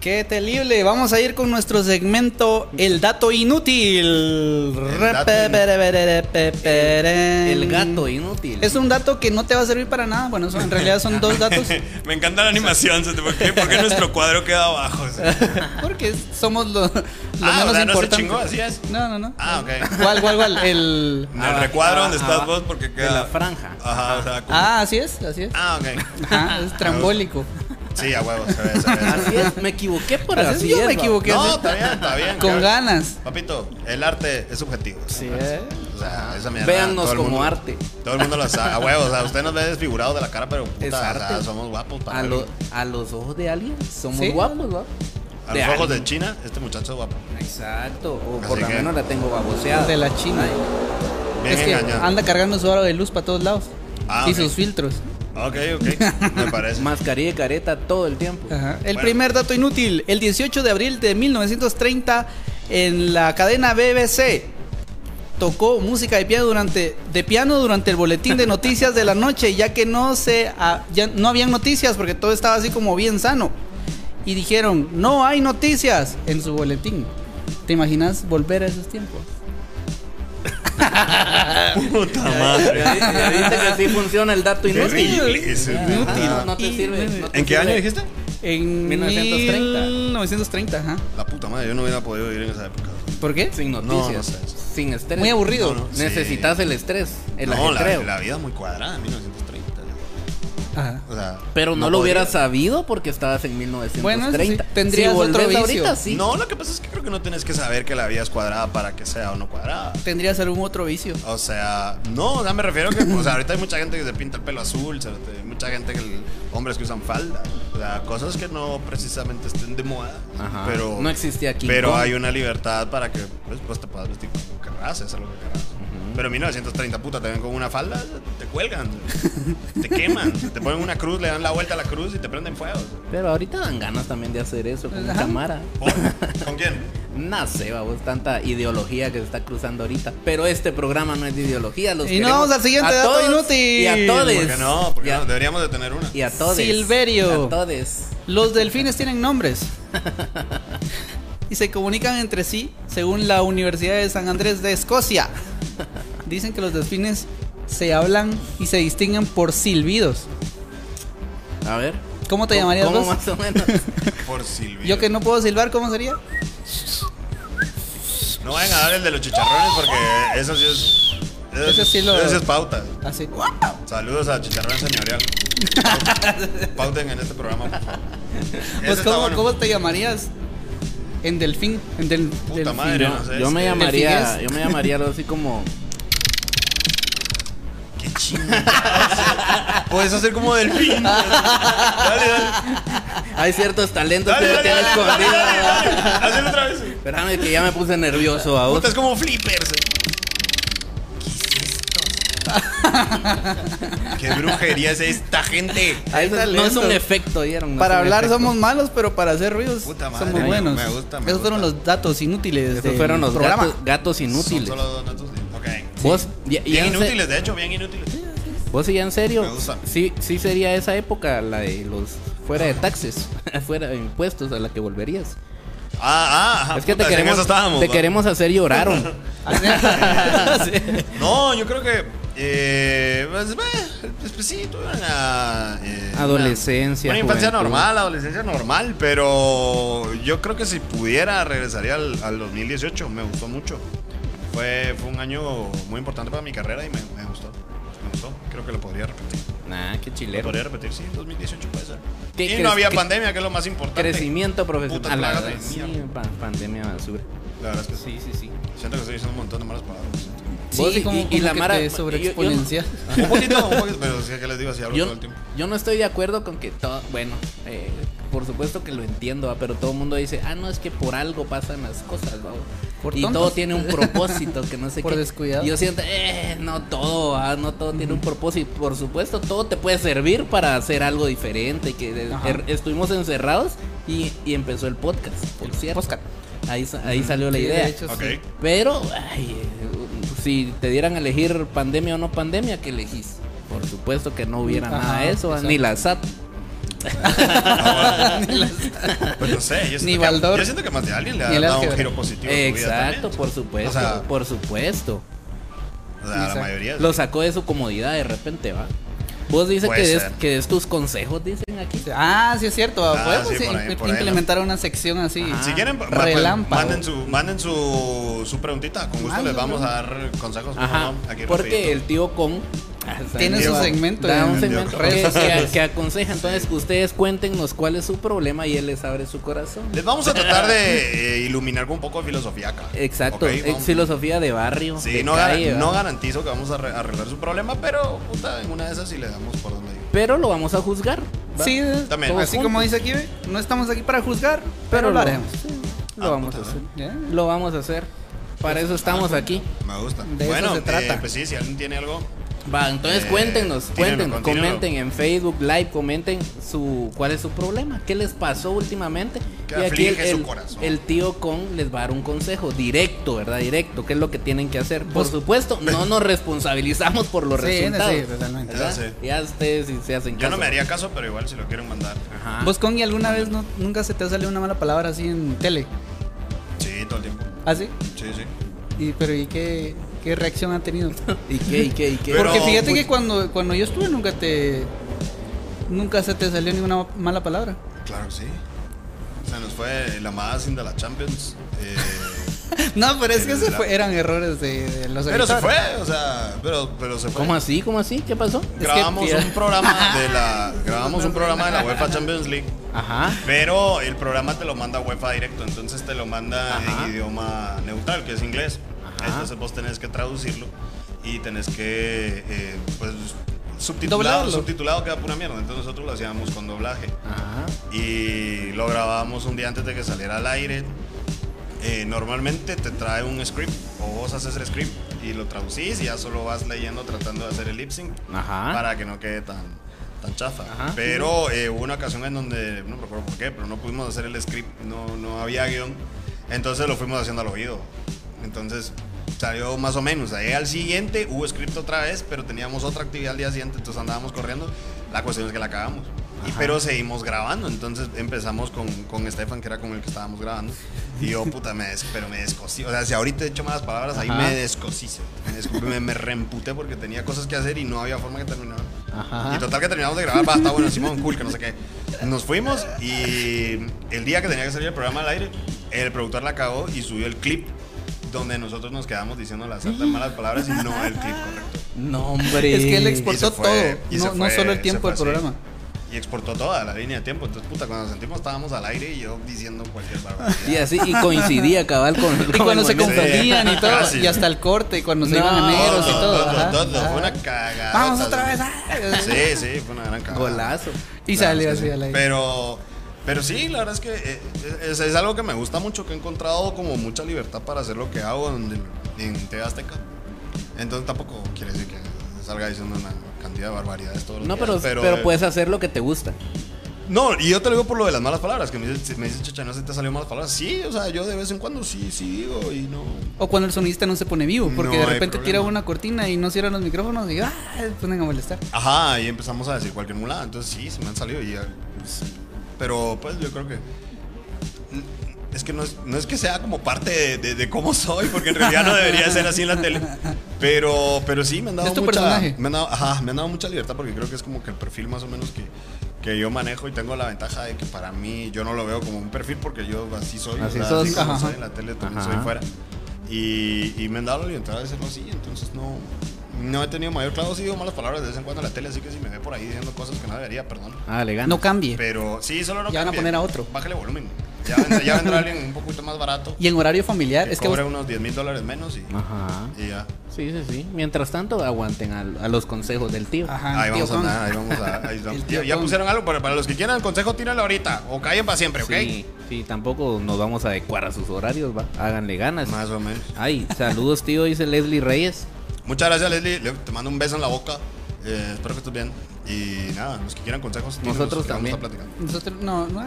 S2: Qué terrible. Vamos a ir con nuestro segmento El dato inútil.
S4: dato
S3: El
S2: El
S3: gato inútil.
S2: Es un dato que no te va a servir para nada. Bueno, son- en realidad son dos datos.
S4: me encanta la animación, ¿sí? ¿por qué, por qué nuestro cuadro queda abajo? ¿sí?
S2: Porque es- somos lo, lo
S4: ah,
S2: menos
S4: o sea, no se
S2: importante.
S4: chingó, así es.
S2: No, no, no.
S4: Ah, ok.
S2: ¿Cuál, cuál, cuál? El.
S4: En el
S3: Abajo,
S4: recuadro donde
S3: abajo,
S4: estás vos, porque
S3: de
S4: queda.
S3: la franja.
S4: Ajá, o sea, como-
S2: Ah, así es, así es.
S4: Ah, ok.
S2: Ajá, es trambólico.
S4: Sí, a huevos, se ve, se
S2: Ah,
S4: ve.
S3: Así es, me equivoqué por
S2: Así es,
S3: así.
S2: yo
S3: es,
S2: me
S3: va.
S2: equivoqué.
S4: No,
S2: así-
S4: está bien, está bien.
S2: Con
S4: que-
S2: ganas.
S4: Papito, el arte es subjetivo. Sí,
S2: eh.
S4: O sea, esa mierda.
S3: Véannos
S4: todo el
S3: como
S4: mundo-
S3: arte.
S4: Todo el mundo lo sabe. A huevos, o sea, usted nos ve desfigurado de la cara, pero puta,
S3: Es
S4: o sea,
S3: arte.
S4: somos guapos para
S3: A,
S4: verlo.
S3: lo- a los ojos de alguien somos
S2: Sí.
S3: guapos, ¿va?
S4: A
S3: de
S4: los ojos
S3: alguien.
S4: de China, este muchacho es guapo.
S3: Exacto. O
S4: Así
S3: por lo
S4: que-
S3: menos la tengo baboseada.
S2: De la China.
S4: Bien
S2: es que
S4: engañado.
S2: anda cargando su aro de luz para todos lados.
S4: Ah,
S2: y
S4: ok.
S2: sus filtros.
S4: Ok, ok. Me parece.
S3: Mascarilla y careta todo el tiempo.
S2: Ajá. El
S4: Bueno.
S2: primer dato inútil, el 18 de abril de 1930 en la cadena BBC tocó música de piano durante de piano durante el boletín de noticias de la noche, ya que no se ah, ya no habían noticias porque todo estaba así como bien sano. Y dijeron, "No hay noticias" en su boletín. ¿Te imaginas volver a esos tiempos?
S4: Puta
S3: Ya,
S4: madre.
S3: ya viste que así funciona el dato
S4: Qué
S3: inútil.
S4: horrible ese,
S3: Ajá,
S4: puta.
S3: Ah, No, no te sirve. no te
S4: ¿En qué año
S3: sirve.
S4: dijiste?
S2: En
S3: 1930.
S2: 1930, ajá.
S4: La puta madre, yo no hubiera podido vivir en esa época.
S2: ¿Por qué?
S3: Sin
S4: No,
S3: noticias.
S4: no sé.
S3: Sin estrés.
S2: Muy aburrido.
S4: No, no. Sí.
S3: Necesitas el estrés, el
S4: no, la,
S3: ajetreo.
S4: la vida es muy cuadrada, 1930. yo.
S2: Ajá.
S4: O sea,
S3: Pero no, lo
S4: podía.
S3: hubieras sabido porque estabas en 1930.
S2: Bueno, eso sí, tendrías
S3: Si volvés
S2: otro vicio.
S3: ahorita, sí.
S4: No, lo que pasa es que creo que no tienes que saber que la vida es cuadrada para que sea o no cuadrada.
S2: ¿Tendrías algún otro vicio?
S4: O sea, no, o sea, me refiero que, o sea, ahorita hay mucha gente que se pinta el pelo azul, cerote, hay mucha gente que, hombres que usan falda, o sea, cosas que no precisamente estén de moda,
S3: Ajá,
S4: pero
S3: no existía King
S4: Pero
S3: Kong.
S4: hay una libertad para que, pues, pues, te puedas vestir como querrás, hacer lo que querrás. Pero en 1930, puta, te ven con una falda, te cuelgan, te queman, te ponen una cruz, le dan la vuelta a la cruz y te prenden fuego.
S3: Pero ahorita dan ganas también de hacer eso con
S2: Ajá.
S3: cámara.
S4: ¿Por? ¿Con quién?
S3: No sé, babos, tanta ideología que se está cruzando ahorita. Pero este programa no es de ideología. Los
S2: Y nos
S3: queremos
S2: vamos al siguiente
S3: a
S2: dato
S3: todos
S2: inútil.
S3: Y a todos.
S4: ¿Por qué no? Porque
S3: y a,
S4: no, deberíamos de tener una.
S3: y a todes.
S2: Silverio.
S3: A todes.
S2: Los delfines tienen nombres. Y se comunican entre sí según la Universidad de San Andrés de Escocia. Dicen que los delfines se hablan y se distinguen por silbidos.
S3: A ver.
S2: ¿Cómo te llamarías
S3: ¿Cómo
S2: vos?
S3: más o menos?
S4: Por Silvio.
S2: Yo que no puedo silbar, ¿cómo sería?
S4: No vayan a dar el de los chicharrones porque eso sí es.
S2: Ese sí lo-
S4: Ese es pauta.
S2: Así. Pues,
S4: Saludos a Chicharrón Señorial. Pauten en este programa, por favor. Ese
S2: Pues,
S4: está
S2: ¿cómo,
S4: bueno.
S2: cómo te llamarías? En delfín. En del,
S4: Puta
S2: delfín.
S4: madre, no sé.
S3: Yo me
S4: este,
S3: llamaría,
S2: Delfines.
S3: yo me llamaría algo así como
S4: Qué chingada. Puedes hacer como delfín. Dale, dale.
S3: Hay ciertos talentos
S4: Dale,
S3: que no
S4: dale,
S3: tienes
S4: dale,
S3: escondido.
S4: dale, dale,
S3: ¿verdad?
S4: dale. Hazlo otra vez.
S3: Espérame que ya me puse nervioso a
S4: Puta, es como flippers. eh. ¿Qué es esto? ¿Qué brujería es esta gente?
S2: Hay
S3: no es un
S2: talentos.
S3: efecto, ¿vieron? No
S2: Para
S3: es un
S2: hablar
S3: efecto.
S2: somos malos, pero para hacer ruidos
S4: Puta madre,
S2: somos
S4: me-
S2: buenos.
S4: me gusta, me
S2: Esos fueron
S4: gusta.
S2: los datos inútiles.
S3: Esos
S2: del
S3: fueron los
S2: programa.
S3: gatos, gatos
S4: Son
S3: inútiles.
S4: solo dos datos. Ok.
S3: Vos, y- y
S4: Bien
S3: en se-
S4: inútiles, de hecho, bien inútiles.
S3: Vos y ya en
S4: Me
S3: serio,
S4: gusta.
S3: sí, sí sería esa época la de los fuera de taxes, fuera de impuestos a la que volverías.
S4: Ah, ah, ajá,
S3: es que te
S4: puta, en
S3: queremos,
S4: eso estábamos,
S3: te
S4: va.
S3: queremos hacer llorar. hombre.
S4: No, yo creo que. Eh, pues, eh, pues, sí, tuve una. eh,
S3: Adolescencia,
S4: Una, una infancia
S3: juventud.
S4: normal, adolescencia normal, pero yo creo que si pudiera regresaría al, al 2018. Me gustó mucho. Fue, fue un año muy importante para mi carrera y me, me gustó. Me gustó. Creo que lo podría repetir.
S3: nah, qué
S4: Lo
S3: chilero.
S4: podría repetir, sí, 2018 puede ser.
S3: ¿Qué
S4: Y
S3: crees-
S4: no había
S3: qué-
S4: pandemia, que es lo más importante.
S3: Crecimiento
S4: Puta,
S3: profesional. A la-
S4: trágate,
S3: sí,
S4: mierda.
S3: pa- pandemia basura.
S4: La verdad es que sí.
S3: Sí, sí, sí.
S4: Siento que estoy diciendo un montón de malas palabras. siento.
S2: Sí,
S3: Vos y-
S2: como-
S3: y- y
S2: como
S3: la
S2: que
S3: Mara-
S2: te
S3: yo- yo-
S2: sobreexponencial.
S4: Un poquito, un poquito, pero sí que les digo así, hablo
S3: Yo,
S4: todo el tiempo.
S3: yo no estoy de acuerdo con que todo, bueno, eh, por supuesto que lo entiendo, ¿va? pero todo el mundo dice, ah, no, es que por algo pasan las cosas, ¿va?
S2: Por
S3: y
S2: tontos.
S3: todo tiene un propósito, que no sé
S2: Por
S3: qué.
S2: descuidado.
S3: Y Yo siento, eh, no todo, ¿va? no todo tiene un propósito. Por supuesto, todo te puede servir para hacer algo diferente. Que de-
S2: Ajá.
S3: er- estuvimos encerrados y, y empezó el podcast, por cierto. Ahí, sa- ahí salió la
S2: Sí, de
S3: idea.
S2: hecho,
S4: Ok.
S2: sí.
S3: Pero, ay, eh, si te dieran a elegir pandemia o no pandemia, ¿qué elegís? Por supuesto que no hubiera
S2: Ajá,
S3: nada de eso,
S2: exacto.
S3: ni la SAT.
S4: Pues no sé, yo
S2: Ni
S4: siento, que,
S2: Baldor.
S4: yo siento que más de alguien le
S2: Ni
S4: ha
S2: el
S4: dado un
S2: álgebra.
S4: giro positivo. a su vida
S3: Exacto, pues,
S4: también.
S3: por supuesto,
S4: O sea-
S3: por supuesto.
S4: O sea, la
S2: Exacto.
S4: mayoría.
S3: Lo sacó de su comodidad de repente, ¿va? Vos dices
S4: Puede
S3: que des,
S4: ser.
S3: que des tus consejos, dicen aquí.
S2: Ah, sí es cierto.
S4: Ah,
S2: Podemos
S4: sí, por
S2: in-
S4: ahí, por ahí,
S2: implementar una sección así. Ah,
S3: Ajá.
S4: Si quieren, ma- pues,
S2: Relámpago.
S4: manden, su, manden su, su preguntita. Con gusto
S2: Manden
S4: les
S2: su
S4: vamos a dar consejos.
S3: Ajá,
S4: ¿no? Aquí
S3: porque
S4: rapidito.
S3: el tío Con... ah,
S2: Tiene
S4: su
S3: da-
S2: segmento
S3: da
S2: en
S3: un segmento
S4: redes
S3: que, que,
S2: sociales.
S3: que aconseja. Entonces, que ustedes cuéntenos cuál es su problema y él les abre su corazón.
S4: Les vamos a tratar de eh, iluminar con un poco de filosofía acá.
S3: Exacto,
S4: Ok,
S3: eh,
S4: vamos-
S3: filosofía de barrio.
S4: Sí,
S3: de
S4: no, gar-
S3: calle,
S4: no
S3: ¿va?
S4: garantizo que vamos a arre- arreglar su problema, pero puta, en una de esas sí le damos por donde ir.
S3: Pero lo vamos a juzgar. ¿va?
S2: Sí,
S4: También.
S2: así
S3: Todos
S2: como
S3: juntos.
S2: dice aquí, ve, no estamos aquí para juzgar, pero,
S3: Pero
S2: lo
S3: lo-
S2: haremos.
S3: Lo
S4: Ah,
S3: vamos a
S4: puta, Ah,
S3: hacer.
S2: ¿Ya?
S3: Lo vamos a hacer. Para eso estamos aquí.
S4: Me gusta.
S2: De eso
S4: bueno,
S2: se
S4: eh,
S2: trata.
S4: pues sí, si alguien tiene algo.
S3: Va, entonces
S4: Eh,
S3: cuéntenos,
S4: tírenlo,
S3: cuéntenos,
S4: continúenlo.
S3: comenten en Facebook Live, comenten su cuál es su problema, qué les pasó últimamente.
S4: ¿Qué
S3: y aquí el,
S4: aflige su
S3: el-
S4: corazón?
S3: el tío Con les va a dar un consejo directo, ¿verdad? Directo, qué es lo que tienen que hacer. Por
S2: Vos-
S3: supuesto, no nos responsabilizamos por los
S2: Sí,
S3: resultados.
S2: sí, totalmente.
S3: ¿verdad?
S4: Ya sé.
S3: Ya ustedes si se hacen
S4: Yo no
S3: caso.
S4: me haría caso, pero igual si lo quieren mandar.
S3: Ajá.
S2: ¿Vos, Congi, alguna vez no, nunca se te ha salido una mala palabra así en tele?
S4: Sí, todo el tiempo.
S2: ¿Así?
S4: Sí, sí.
S2: ¿Y, pero ¿y qué, qué reacción ha tenido?
S3: ¿Y qué, y qué, y qué?
S4: Pero-
S2: Porque fíjate que cuando, cuando yo estuve nunca te... Nunca se te salió ninguna mala palabra.
S4: Claro que sí. Se nos fue la más de la Champions. eh,
S2: No, pero es que
S4: El
S2: se
S4: la-
S2: fue- eran errores de, de los
S4: pero se
S2: editores.
S4: fue, o sea, pero, pero se fue.
S3: ¿Cómo así? ¿Cómo así? ¿Qué pasó?
S4: Grabamos
S3: Es que-
S4: un programa de la grabamos un programa de la UEFA Champions League,
S3: Ajá.
S4: pero el programa te lo manda UEFA directo, entonces te lo manda
S3: Ajá.
S4: en idioma neutral, que es inglés.
S3: Ajá.
S4: Entonces vos tenés que traducirlo y tenés que eh, pues subtitulado,
S2: Doblarlo.
S4: subtitulado queda pura mierda, entonces nosotros lo hacíamos con doblaje.
S3: Ajá.
S4: y lo grabamos un día antes de que saliera al aire. Eh, normalmente te trae un script o vos haces el script y lo traducís y ya solo vas leyendo tratando de hacer el lip sync
S3: Ajá.
S4: para que no quede tan, tan chafa.
S3: Ajá.
S4: Pero eh, hubo una ocasión en donde, no recuerdo por qué, pero no pudimos hacer el script, no, no había guión. Entonces lo fuimos haciendo al oído. Entonces salió más o menos. Ahí al siguiente hubo script otra vez, pero teníamos otra actividad al día siguiente, entonces andábamos corriendo. La cuestión es que la acabamos. Y, pero seguimos grabando, entonces empezamos con, con Estefan, que era con el que estábamos grabando. Y yo, puta, me des- pero me descosí. O sea, si ahorita he hecho malas palabras, ahí
S3: Ajá.
S4: me descosice. Me, des- me, me reemputé porque tenía cosas que hacer y no había forma que terminara.
S3: Ajá.
S4: Y total que terminamos de grabar, va, está bueno, Simón, cool, que no sé qué. Nos fuimos y el día que tenía que salir el programa al aire, el productor la cagó y subió el clip donde nosotros nos quedamos diciendo las altas malas palabras y no el clip correcto.
S3: No, hombre.
S2: Es que él
S4: Y se
S2: exportó
S4: fue,
S2: todo,
S4: y se
S2: no, no
S4: fue,
S2: solo el
S4: se
S2: tiempo
S4: fue
S2: del
S4: así.
S2: programa.
S4: Y exportó toda la línea de tiempo. Entonces, puta, cuando nos sentimos estábamos al aire y yo diciendo cualquier
S3: Y
S4: barbaridad.
S3: así, y coincidía cabal con.
S2: Y cuando se confundían y todo,
S4: Casi.
S2: y hasta el corte, y cuando se
S3: No,
S2: iban
S4: Todo,
S2: eneros y todo.
S4: todo,
S2: ajá,
S4: todo.
S2: ajá.
S4: Fue una cagada.
S2: Vamos otra vez. ah.
S4: Sí, sí, fue una gran cagada.
S3: Golazo.
S2: Y
S4: Claro,
S2: salió
S4: es que
S2: así
S4: sí.
S2: al aire.
S4: Pero, pero sí, la verdad es que eh, es, es algo que me gusta mucho, que he encontrado como mucha libertad para hacer lo que hago en, en TV Azteca. Entonces tampoco quiere decir que salga diciendo una cantidad de barbaridades todos los
S3: No,
S4: días,
S3: pero, pero, pues-
S4: eh,
S3: puedes hacer lo que te gusta.
S4: No, y yo te lo digo por lo de las malas palabras, que me dices, me dices, chacha, no se te salieron malas palabras. Sí, o sea, yo de vez en cuando sí, sí digo y no...
S2: O cuando el sonidista no se pone vivo, porque
S4: No
S2: de
S4: hay
S2: repente tira
S4: problema.
S2: una cortina y no cierran los micrófonos y ah, se ponen a molestar.
S4: Ajá, y empezamos a decir cualquier mulada. Entonces sí, se me han salido. Y ya, pues, pero pues yo creo que. Es que no es, no es que sea como parte de, de- de cómo soy, porque en realidad no debería ser así en la tele. Pero, pero sí, me han dado
S2: Es tu
S4: mucha.
S2: personaje.
S4: Me han dado, ajá, me han dado mucha libertad porque creo que es como que el perfil más o menos que, que yo manejo y tengo la ventaja de que para mí yo no lo veo como un perfil porque yo así soy.
S3: Así
S4: o sea,
S3: sos,
S4: así como
S2: ajá.
S4: soy en la tele también
S3: Ajá.
S4: soy fuera. Y, y me han dado la libertad de hacerlo así, entonces no, no he tenido mayor claro. Sí digo malas palabras de vez en cuando en la tele, así que si me ve por ahí diciendo cosas que no debería, perdón.
S3: Ah, le
S2: No cambie.
S4: Pero sí, solo no
S2: Ya van a
S4: cambie.
S2: poner a otro.
S4: Bájale volumen. Ya vendrá, ya vendrá alguien un poquito más barato.
S2: Y en horario familiar,
S4: que
S2: es que vos-
S4: cobre unos 10 mil dólares menos y,
S3: Ajá.
S4: y ya.
S3: Sí, sí, sí. Mientras tanto, aguanten al- a, los consejos del tío.
S2: Ajá,
S4: Ahí
S2: tío
S4: vamos a
S2: Kong.
S4: andar, ahí vamos a. ahí vamos.
S2: El tío
S4: Ya, ya
S2: Kong.
S4: pusieron algo, pero para los que quieran consejo, tírenlo ahorita. O callen para siempre, ¿ok?
S3: Sí, sí, tampoco nos vamos a adecuar a sus horarios, va. Háganle ganas.
S4: Más o menos.
S3: Ay, saludos, tío, dice Leslie Reyes.
S4: Muchas gracias, Leslie. Le- Te mando un beso en la boca. Eh, espero que estés bien. Y nada, los que quieran consejos, tírenlos,
S3: Nosotros
S4: que vamos
S3: también.
S4: a platicar.
S2: Nosotros, no, no.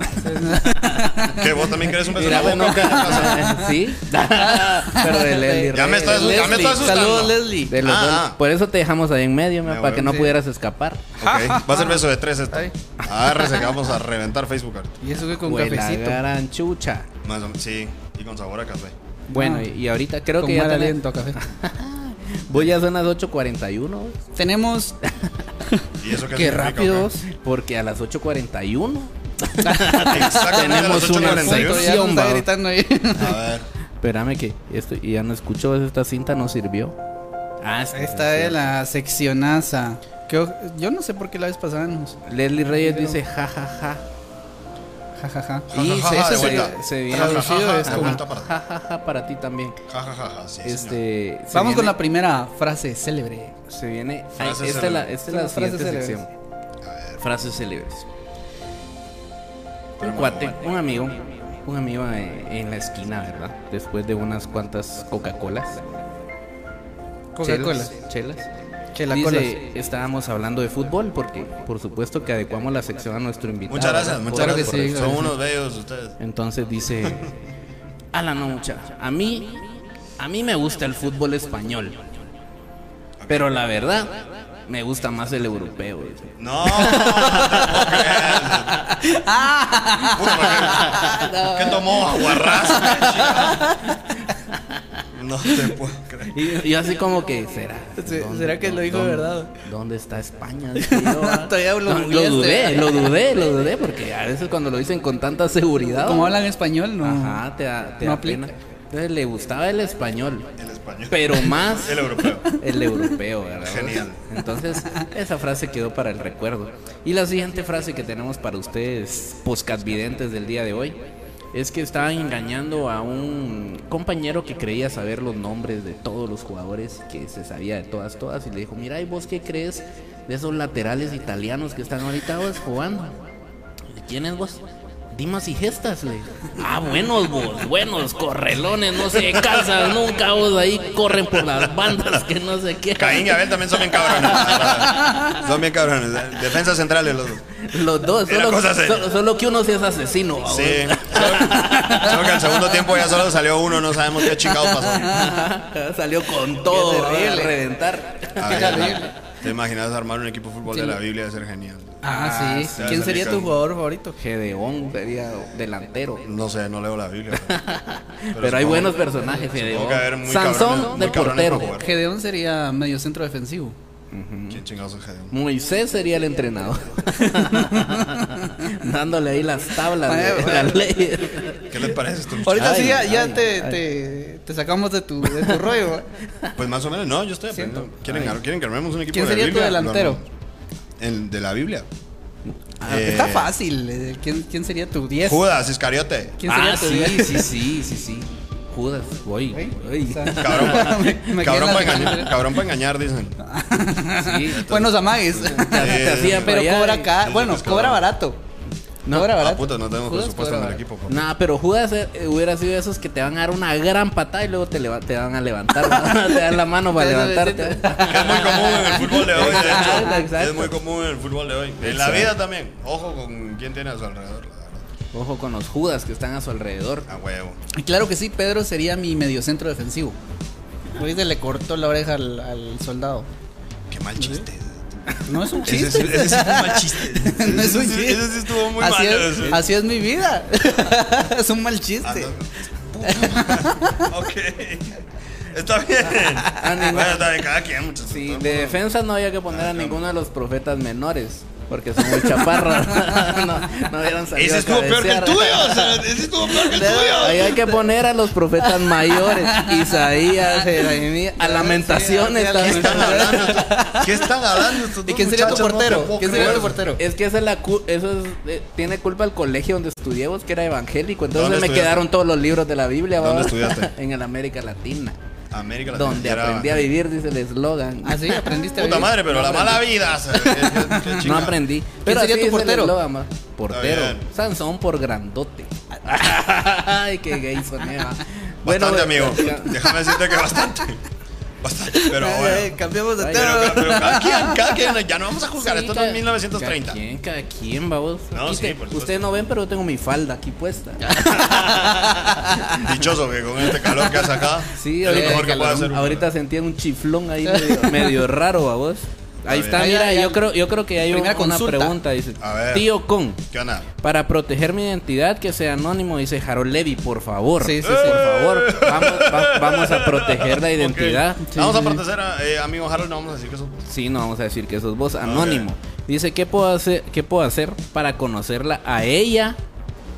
S4: Que vos también querés un beso
S3: Mira,
S4: en la
S3: bueno,
S4: boca. ¿qué te pasa?
S3: sí, pero de Leslie
S4: Ya me
S3: Reyes.
S4: estás- ya me
S3: Leslie,
S4: estás- asustando.
S2: Saludos, Leslie.
S3: de los
S4: Ah,
S3: dos.
S4: ah.
S3: Por eso te dejamos ahí en medio, ma,
S4: Me
S3: para
S4: voy,
S3: que no
S2: sí.
S3: pudieras escapar.
S4: Ok, va a ser beso de tres esto.
S2: Ay.
S4: Agárrese que vamos a reventar Facebook ahorita.
S2: Y eso que con
S3: Fue la
S2: cafecito.
S3: gran chucha.
S4: Más o menos, sí, y con sabor a café.
S3: Bueno,
S2: Ah.
S3: y- y ahorita creo
S2: con
S3: que ya
S2: mal
S3: tenés-
S2: aliento a café.
S3: Voy ya son las 8.41, güey.
S2: Tenemos.
S4: Y eso que
S3: Qué rápido, porque a las 8.41
S4: Exactamente a las
S3: Tenemos una
S2: Punto,
S4: 8:41.
S2: ya nos
S3: sección,
S2: está
S3: va.
S2: gritando ahí.
S4: A ver,
S3: Espérame que esto y ya no escucho esta cinta no sirvió. Ah,
S2: Ahí está de la seccionaza. Que o- yo no sé por qué la vez pasada nos.
S3: Leslie Reyes dice jajaja. Ja, ja.
S2: Ja, ja, ja.
S4: Ja, ja,
S3: Y
S4: ja,
S3: se,
S4: ja, de
S3: se-
S4: vuelta.
S3: se viene
S4: Ja, ja, ja,
S2: traducido
S4: ja,
S2: es
S4: de
S2: como-
S4: vuelta para-
S3: Ja, ja, ja, para ti también.
S4: Ja, ja, ja, ja, sí, señor.
S3: Este se
S2: Vamos con
S3: viene-
S2: la primera frase célebre.
S3: se viene ay, esta
S4: Frases
S3: es la
S4: célebres.
S3: esta es la
S2: Son las
S3: siguiente
S2: frases
S3: sección.
S4: A ver,
S3: Frases célebres. Un
S4: pero
S3: cuate,
S4: bueno,
S3: un amigo, un amigo eh, en la esquina, ¿verdad? Después de unas cuantas Coca-Colas.
S2: Coca-Cola.
S3: chelas, Chelas.
S2: Chela
S3: Dice,
S2: cola.
S3: estábamos hablando de fútbol porque, por supuesto, que adecuamos la sección a nuestro invitado.
S4: Muchas gracias,
S3: ¿verdad?
S4: muchas
S2: Claro que
S4: gracias.
S2: sí, claro
S4: Son
S2: que sí.
S4: unos bellos ustedes.
S3: Entonces dice, ala no mucha, a mí, a mí me gusta el fútbol español, pero la verdad me gusta más el europeo. dice.
S4: No. no crean.
S3: "Ah,
S4: Puta, ¿por ¿Qué ¿Qué tomó aguarrás? No te puedo creer.
S3: Y, y así como que, ¿será?
S2: Se-
S3: ¿Dónde-
S2: ¿será que lo dijo de
S3: dónde-
S2: verdad?
S3: ¿Dónde está España? Dije yo, ah.
S2: Todavía lo
S3: No,
S2: googleaste.
S3: dudé, lo dudé, lo dudé, porque a veces cuando lo dicen con tanta seguridad...
S2: Como hablan español, no.
S3: Ajá, te da, te
S2: No
S3: da
S2: aplica.
S3: pena. Entonces le gustaba el español,
S4: El español.
S3: pero más
S4: El europeo.
S3: el europeo, ¿verdad?
S4: Genial.
S3: Entonces, esa frase quedó para el recuerdo. Y la siguiente frase que tenemos para ustedes, poscatvidentes del día de hoy, es que estaban engañando a un compañero que creía saber los nombres de todos los jugadores, que se sabía de todas, todas, y le dijo, mira, ¿y vos qué crees de esos laterales italianos que están ahorita vos jugando? ¿De quién es vos? Dimas y gestas, le. Ah, buenos vos, buenos correlones, no se cansan nunca vos ahí, corren por las bandas que no sé qué.
S4: Caín y Abel también son bien cabrones. Son bien cabrones. ¿eh? Defensa central de los dos.
S3: Los dos,
S4: Era
S3: solo,
S4: cosa seria.
S3: solo- solo que uno sí es asesino. vamos.
S4: Sí. Solo, solo que al segundo tiempo ya solo salió uno, no sabemos qué chingado pasó.
S3: Salió con todo, eh,
S2: terrible.
S3: a reventar.
S4: A ver, ¿Te imaginas armar un equipo de fútbol de la Biblia de ser genial?
S2: Ah, sí.
S4: Ah,
S2: ¿Quién
S4: sí.
S2: sería tu jugador favorito?
S3: Gedeón sería delantero.
S4: No sé, no leo la Biblia. Pero,
S3: Pero,
S4: supongo-
S3: hay buenos personajes,
S4: supongo
S3: Gedeón.
S4: que haber muy
S3: Sansón
S4: cabrones- muy
S3: de
S4: cabrones para
S3: portero.
S4: jugar.
S2: Gedeón sería medio centro defensivo.
S4: ¿Quién chingados es Gedeón?
S3: Moisés sería el entrenador. Dándole ahí las tablas de
S2: Bueno,
S3: las
S2: bueno.
S3: leyes.
S4: ¿Qué les parece esto?
S2: Ahorita
S4: muchachos?
S2: sí ya,
S3: ay,
S2: ya
S3: ay,
S2: te,
S3: ay.
S2: Te, te sacamos de tu, de tu rollo. ¿eh?
S4: Pues más o menos, no, yo estoy aprendiendo.
S2: Siento.
S4: ¿Quieren, ar- ¿Quieren que armemos un equipo
S2: ¿Quién
S4: de
S2: sería
S4: la
S2: tu
S4: Biblia?
S2: delantero?
S4: Lo armamos. El de la Biblia.
S2: Ah,
S4: Eh,
S2: Está fácil. eh, ¿Quién, quién sería tu 10?
S4: Judas Iscariote.
S2: ¿Quién
S3: ah,
S2: sería tu
S3: sí,
S2: 10?
S3: sí, sí, sí, sí. Judas, voy.
S2: Güey,
S3: voy.
S2: o sea,
S4: Cabrón, pa-
S2: me- me
S4: cabrón,
S2: quedé
S4: para
S2: en la-
S4: engañar, cabrón pa' engañar, dicen. Ah,
S3: Sí.
S2: Buenos amagues.
S3: Te hacían
S2: Pero
S3: rayar
S2: cobra
S3: y-
S2: acá.
S4: Sí,
S2: Bueno,
S4: es cabrón.
S2: cobra barato.
S3: No.
S2: Cobra
S4: Ah,
S2: barato.
S4: puta, no tenemos
S2: Judas
S4: presupuesto en
S2: cobra
S4: el
S2: barato.
S4: equipo. por-
S3: Nah, pero Judas eh, hubiera sido de esos que te van a dar una gran patada y luego te, leva- te van a levantar. te dan la mano para
S2: Eso,
S3: levantarte.
S2: eso.
S4: Que es muy común en el fútbol de hoy, de hecho.
S3: Exacto, exacto.
S4: Es muy común en el fútbol de hoy. En la
S3: Exacto.
S4: vida también. Ojo con quién tiene a su alrededor, la verdad.
S3: Ojo con los Judas que están a su alrededor.
S4: A huevo.
S2: Y Claro que sí, Pedro sería mi mediocentro defensivo. Luis le cortó la oreja al, al soldado.
S4: Qué mal chiste.
S2: No es un
S4: Ese,
S2: chiste.
S4: sí- ese sí fue un mal chiste.
S2: No es
S4: Ese
S2: un
S4: sí-
S2: chiste.
S4: Ese sí estuvo muy
S2: así,
S4: malo.
S2: es,
S4: ese.
S2: así es mi vida. es un mal chiste.
S4: Ah, no. Puta. ok. Está bien.
S3: ningún-
S4: Bueno, está bien, cada quien, muchachos.
S3: Sí,
S4: Todo el
S3: de
S4: mundo-
S3: defensa no había que poner a ninguno de los profetas menores. Porque son muy chaparras. no, no hubieran salido.
S4: Ese
S3: a
S4: estuvo peor que el
S3: cabecear.
S4: tuyo. o sea, ese estuvo peor que el
S3: Ahí
S4: tuyo.
S3: hay que poner a los profetas mayores. Isaías, Jeremías, a lamentaciones
S2: Sí, a
S4: ¿Qué
S3: también.
S4: están hablando? estos- ¿Qué están hablando estos
S2: ¿Y
S4: dos
S2: quién sería tu
S4: muchachos? No te
S2: portero?
S4: puedo
S2: ¿Quién sería tu
S4: creer.
S2: portero?
S3: Es que esa es la cu- eso es, eh, tiene culpa el colegio donde estudiamos que era evangélico, entonces me
S4: ¿Dónde estudiaste?
S3: quedaron todos los libros de la Biblia. ¿va?
S4: ¿Dónde estudiaste?
S3: en el América Latina,
S4: América Latina.
S3: donde
S4: era-
S3: aprendí a vivir, dice el eslogan.
S2: Así Ah, aprendiste a
S4: Puta
S2: vivir.
S4: madre, pero la mala vida. se- qué- qué- qué
S3: no
S4: chinga.
S3: aprendí.
S2: sería
S3: así
S2: tu
S3: dice el
S2: portero?
S3: eslogan, va. portero.
S4: bien.
S3: Sansón por grandote. Ay, qué gay sonea.
S4: Bastante,
S3: bueno,
S4: amigo. Déjame decirte que bastante. Bastante, pero
S2: Ay, ay,
S4: bueno.
S2: Eh, cambiamos de
S3: Ay,
S4: Pero,
S2: tema.
S4: pero cada quien, cada quien, ya no vamos a
S3: Sí,
S4: juzgar. Esto no
S3: cada-
S4: es 1930.
S3: Cada quien, cada quien, babos.
S4: No,
S3: Aquí
S4: sí,
S3: te-
S4: por supuesto.
S3: Ustedes no ven, pero yo tengo mi falda aquí puesta.
S4: Dichoso que con este calor que hace acá.
S3: Sí,
S4: es lo
S3: ahorita,
S4: mejor que puede hacer. uno.
S3: ahorita sentía un chiflón ahí medio, medio raro a vos. Ahí
S4: Está
S3: está,
S2: bien.
S3: mira,
S2: Ya, ya.
S3: yo creo, yo creo que hay un-
S2: Primera
S3: una
S2: consulta.
S3: pregunta, dice.
S4: A ver.
S3: Tío Con,
S4: ¿Qué onda?
S3: para proteger mi identidad, que sea anónimo, dice Harold Levy, por favor.
S2: Sí, sí,
S3: por
S2: sí.
S3: favor, vamos, va- vamos a proteger la
S4: Ok.
S3: identidad. Sí,
S4: vamos a
S3: sí, sí.
S4: proteger a eh, amigo Harold, no vamos a decir que eso.
S3: Sí, no vamos a decir que sos vos, anónimo. Dice, ¿qué puedo, hacer, ¿qué puedo hacer para conocerla a ella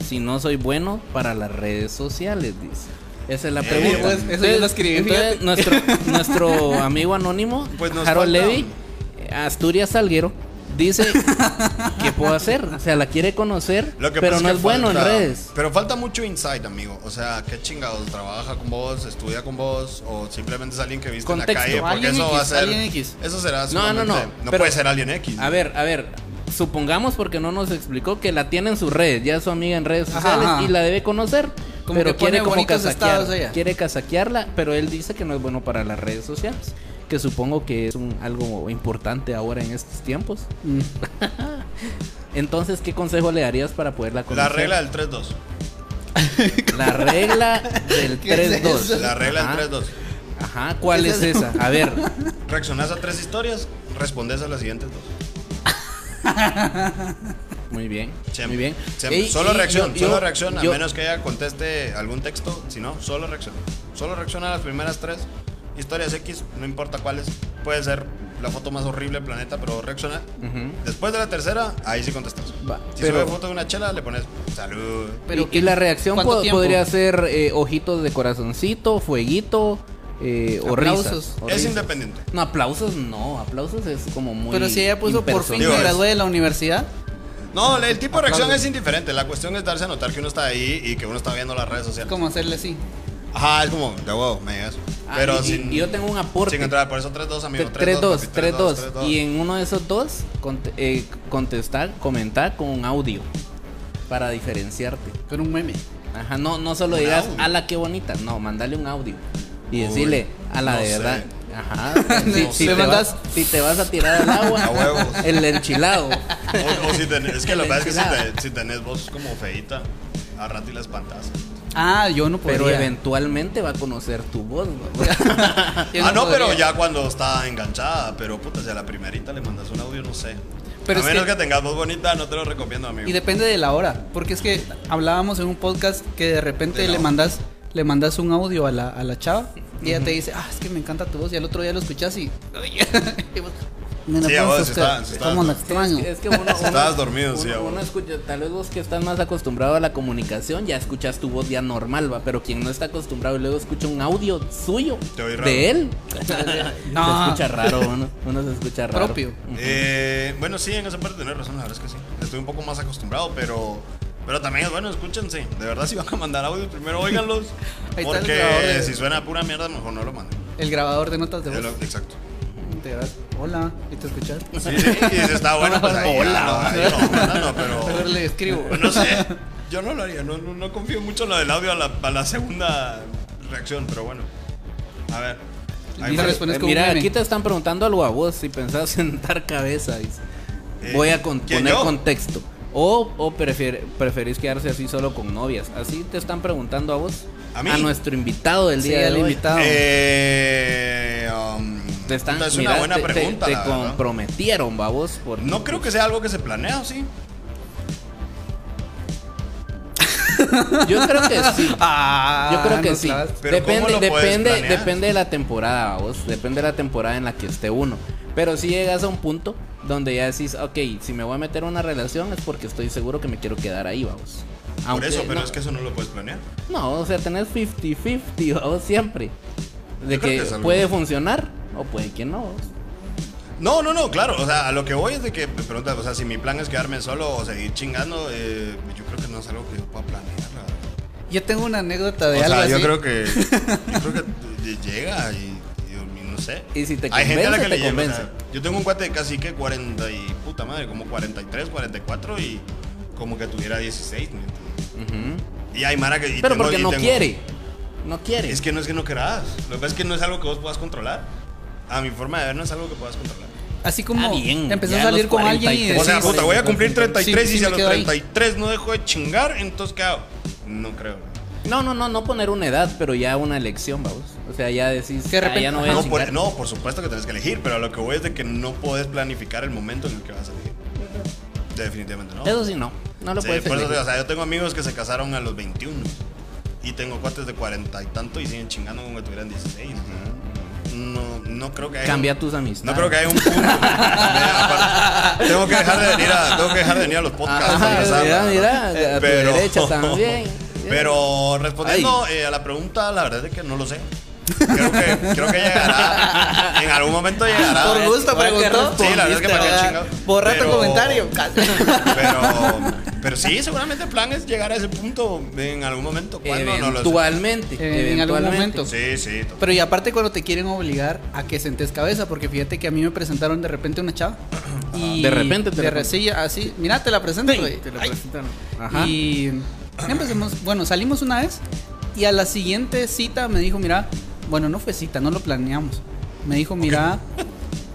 S3: si no soy bueno para las redes sociales? Dice. Esa es la
S4: Eh,
S3: pregunta.
S4: pues,
S2: eso yo lo escribí,
S3: entonces,
S2: fíjate.
S3: nuestro, nuestro amigo anónimo,
S4: Pues nos
S3: Harold
S4: falta.
S3: Levy, Asturias Salguero, dice, ¿qué puedo hacer? O sea, la quiere conocer,
S4: Lo que
S3: pero
S4: pasa
S3: no
S4: que
S3: es bueno en
S4: falta-
S3: redes.
S4: Pero falta mucho insight, amigo. O sea, qué chingados. Trabaja con vos, estudia con vos, o simplemente es alguien que viste en
S3: Contexto.
S4: la calle. Porque
S2: Alguien
S4: eso va a
S2: X,
S4: ser.
S2: alguien X.
S4: Eso será.
S3: No, no, no,
S4: sumamente- No
S3: pero-
S4: puede ser alguien X.
S3: A ver, a ver. Supongamos, porque no nos explicó, que la tiene en sus redes. Ya es su amiga en redes
S2: Ajá,
S3: sociales
S2: ajá.
S3: y la debe conocer.
S2: Como
S3: pero
S2: que
S3: quiere
S2: pone
S3: como
S2: bonitos estados
S3: casaquear-
S2: ella.
S3: quiere casaquearla, pero él dice que no es bueno para las redes sociales. Que supongo que es un, algo importante ahora en estos tiempos.
S2: Mm.
S3: Entonces, ¿qué consejo le darías para poderla
S4: La
S3: conocer?
S4: regla del 3-2.
S3: La regla del
S2: ¿Qué es
S3: 3-2.
S2: eso?
S4: La regla
S3: Ajá.
S4: del 3-2.
S3: Ajá, ¿cuál
S2: ¿Qué
S3: es
S2: es eso?
S3: esa? A ver,
S4: Reaccionás a tres historias, respondes a las siguientes dos.
S3: muy bien.
S4: Siempre,
S3: Muy bien.
S4: siempre.
S3: Ey,
S4: solo
S3: ey,
S4: reacción,
S3: yo-
S4: solo
S3: yo-
S4: reacción, a
S3: yo-
S4: menos que ella conteste algún texto, si no, solo reacción. Solo reacciona a las primeras tres historias X, no importa cuáles. Puede ser la foto más horrible del planeta, pero reacciona.
S3: Ujú.
S4: Después de la tercera, ahí sí contestas.
S3: Va,
S4: si
S3: pero-
S4: sube foto de una chela, le pones salud.
S2: Pero
S3: y,
S2: ¿qué-
S3: y la reacción
S2: cuánto
S3: po-
S2: tiempo?
S3: podría ser eh, ojitos de corazoncito, fueguito eh, o
S2: Aplausos.
S3: risas. o
S4: Es
S3: risas.
S4: independiente.
S3: No, aplausos no, aplausos es como muy.
S2: Pero si ella puso por fin
S3: impersonal".
S2: me
S4: Digo, es-
S2: gradué de la universidad.
S4: No, el tipo de reacción es indiferente. La cuestión es darse a notar que uno está ahí y que uno está viendo las redes sociales.
S2: ¿Cómo hacerle así?
S4: Ajá, es como, de huevo, me llegas.
S3: Ah,
S4: Pero
S3: y-
S4: sin,
S3: y yo tengo un aporte.
S4: sin entrar, por eso 3-2, amigo.
S3: 3-2,
S4: 3-2,
S3: 3-2. Y en uno de esos dos, cont- eh, contestar, comentar con un audio para diferenciarte.
S2: Con un meme.
S3: Ajá, no, no solo
S4: Un
S3: digas,
S4: audio.
S3: a la que bonita. No, mandale un audio. Y
S4: Uy,
S3: decirle, a la
S4: no
S3: de
S4: sé.
S3: verdad. Ajá.
S2: No
S3: si,
S2: sé.
S3: si
S2: Le
S3: te
S2: mandas-
S3: vas, si te vas a tirar al agua,
S4: A huevos.
S3: el enchilado.
S4: O, o si tenés, es que la
S3: El
S4: verdad es que si,
S3: enchilado.
S4: te- si tenés voz como feita, a rato y la espantas.
S2: Ah, yo no
S3: Pero
S2: podría.
S3: eventualmente va a conocer tu voz. ¿no?
S2: Yo
S4: ah, no, pero
S2: podría.
S4: ya cuando está enganchada, pero puta, si a la primerita le mandas un audio, no sé.
S2: Pero
S4: a
S2: es
S4: menos
S2: que-
S4: que... tengas voz bonita, no te lo recomiendo, amigo.
S2: Y depende de la hora, porque es que hablábamos en un podcast que de repente
S4: De la
S2: le
S4: hora.
S2: mandas le mandas un audio a la, a la chava y ella te dice, ah, es que me encanta tu voz y al otro día lo escuchas y... y vos, Mira,
S4: Sí, a
S2: pues,
S4: vos,
S2: es que-
S4: estabas- estabas-
S2: ¿Cómo lo
S4: Sí,
S2: extraño?
S3: Es que uno, uno-
S4: Estabas dormido,
S3: uno-
S4: sí, a vos.
S3: uno escucha, tal vez vos que estás más acostumbrado a la comunicación, ya escuchas tu voz ya normal, va, pero quien no está acostumbrado y luego escucha un audio suyo
S4: Te oí raro.
S3: de él.
S2: No.
S3: Se escucha raro, uno, uno se escucha raro.
S2: Propio.
S4: Eh, bueno, sí, en esa parte tenés razón, la verdad es que sí. Estoy un poco más acostumbrado, pero, pero también es bueno, escúchense. De verdad, si van a mandar audios, primero óiganlos.
S2: Ahí está el grabador
S4: porque
S2: de-
S4: si suena a pura mierda, mejor no lo manden.
S2: El grabador de notas de
S4: Ya
S2: voz.
S4: lo- Exacto.
S2: Te grabas, Hola, ¿y te escuchas?
S4: Sí, sí, y si está bueno, pues ahí
S2: Hola.
S4: ya lo- ahí lo mandan, no,
S2: Mejor
S4: pero
S2: le escribo.
S4: Pues no sé. Yo no lo haría, no, no- no confío mucho en lo del audio a la, a la segunda reacción, pero bueno. A ver. ahí
S2: Mira,
S4: fue.
S2: responde- Pones
S3: Eh,
S2: como un
S3: mira,
S2: meme.
S3: aquí te están preguntando algo a vos si pensás sentar cabeza. dice.
S4: Eh,
S3: Voy a con-
S4: ¿quién,
S3: poner
S4: yo?
S3: contexto. O, o prefier- preferís quedarse así solo con novias. Así te están preguntando a vos.
S4: ¿A mí?
S3: nuestro invitado del
S2: Sí,
S3: día de
S2: al
S3: hoy.
S2: invitado.
S4: Eh, um,
S3: Te están,
S4: puta, es
S3: mira,
S4: una buena
S3: te- te-
S4: pregunta.
S3: Te,
S4: la verdad.
S3: comprometieron, babos. Por
S4: No creo que sea algo que se planea, ¿o sí?
S3: Yo creo que sí.
S2: Ah,
S3: Yo creo que
S2: nos
S3: sí.
S2: clavaste.
S4: Pero ¿cómo
S3: Depende,
S4: lo puedes
S3: depende,
S4: planear?
S3: depende de la temporada, babos. Depende de la temporada en la que esté uno. Pero si llegas a un punto donde ya decís, ok, si me voy a meter a una relación es porque estoy seguro que me quiero quedar ahí, babos. Aunque-
S4: Por eso, pero
S3: no,
S4: es que eso no lo puedes planear.
S3: No, o sea, tenés 50-50, babos, siempre. De
S4: Yo creo
S3: que,
S4: que es algo-
S3: puede funcionar o puede que no. babos.
S4: No, no, no, claro. O sea, a lo que voy es de que me preguntas, o sea, si mi plan es quedarme solo o seguir chingando, eh, yo creo que no es algo que yo pueda planear, la verdad.
S2: Yo tengo una anécdota de
S4: O
S2: algo
S4: sea,
S2: así.
S4: yo creo que. Yo creo que te- te llega y. y no sé.
S3: Y si te
S4: Hay gente a la
S3: convence,
S4: que le
S3: te
S4: llega, o sea,
S3: convence.
S4: yo tengo un cuate de casi que 40 y. puta madre, como 43, 44 y. como que tuviera 16. ¿me entiendes?
S3: Ujú.
S4: Y hay Mara que. y
S3: Pero
S4: tengo-
S3: porque
S4: y
S3: no
S4: tengo-
S3: quiere. No quiere.
S4: Es que no es que no querás. Lo que pasa es que no es algo que vos puedas controlar. A mi forma de ver, no es algo que puedas controlar.
S2: Así como
S3: Ah, bien,
S2: empezó
S3: ya
S2: a
S3: a
S2: salir
S3: los
S2: con alguien y
S3: 43.
S4: O sea,
S2: decís,
S4: puta, voy a cumplir 33
S2: Sí,
S4: y
S2: sí
S4: si a
S2: me
S4: los
S2: quedo ahí.
S4: 33 no dejo de chingar, entonces ¿qué hago? No creo.
S3: No, no, no, no poner una edad, pero ya una elección, vamos. O sea, ya decís,
S2: Que de
S3: "Ah,
S2: repente-
S3: ya no voy a
S4: No
S3: chingar".
S4: por, no, por supuesto que tenés que elegir, pero a lo que voy es de que no podés planificar el momento en el que vas a elegir. Definitivamente no.
S3: Eso sí, no. No lo
S4: Sí,
S3: puedes
S4: por eso te digo,
S3: elegir.
S4: o sea, yo tengo amigos que se casaron a los 21 y tengo cuates de 40 y tanto y siguen chingando como que tuvieran 16. No, no creo que haya-
S3: Cambia tus amistades.
S4: No creo que haya un punto. Mira, aparte, tengo que dejar de venir a, tengo que dejar de venir a los podcasts.
S3: Ajá,
S4: a empezar,
S3: mira,
S4: ¿no?
S3: mira, a tu derecha también.
S4: Pero respondiendo eh, a la pregunta, la verdad es que no lo sé. Creo que, creo que llegará. En algún momento llegará.
S2: Por gusto
S3: Ahora que
S2: preguntó.
S4: Sí, la verdad es que para qué chingado.
S2: Borra tu
S4: Pero-
S2: comentario.
S4: Pero, pero sí, seguramente el plan es llegar a ese punto en algún momento.
S3: Eh,
S4: ¿Cuándo? No lo sé.
S3: Eventualmente.
S2: Eh, en algún
S3: eventualmente.
S2: momento.
S4: Sí, sí. to-
S2: Pero y aparte cuando te quieren obligar a que sentes cabeza, porque fíjate que a mí me presentaron de repente una chava. Y
S3: De repente te
S2: de
S3: la
S2: re- sí, así, mira, te la presento, güey.
S3: Te lo
S2: Ay.
S3: presentaron. Ajá.
S2: Y empezamos, bueno, salimos una vez y a la siguiente cita me dijo, mira, bueno, no fue cita, no lo planeamos. Me dijo, mira,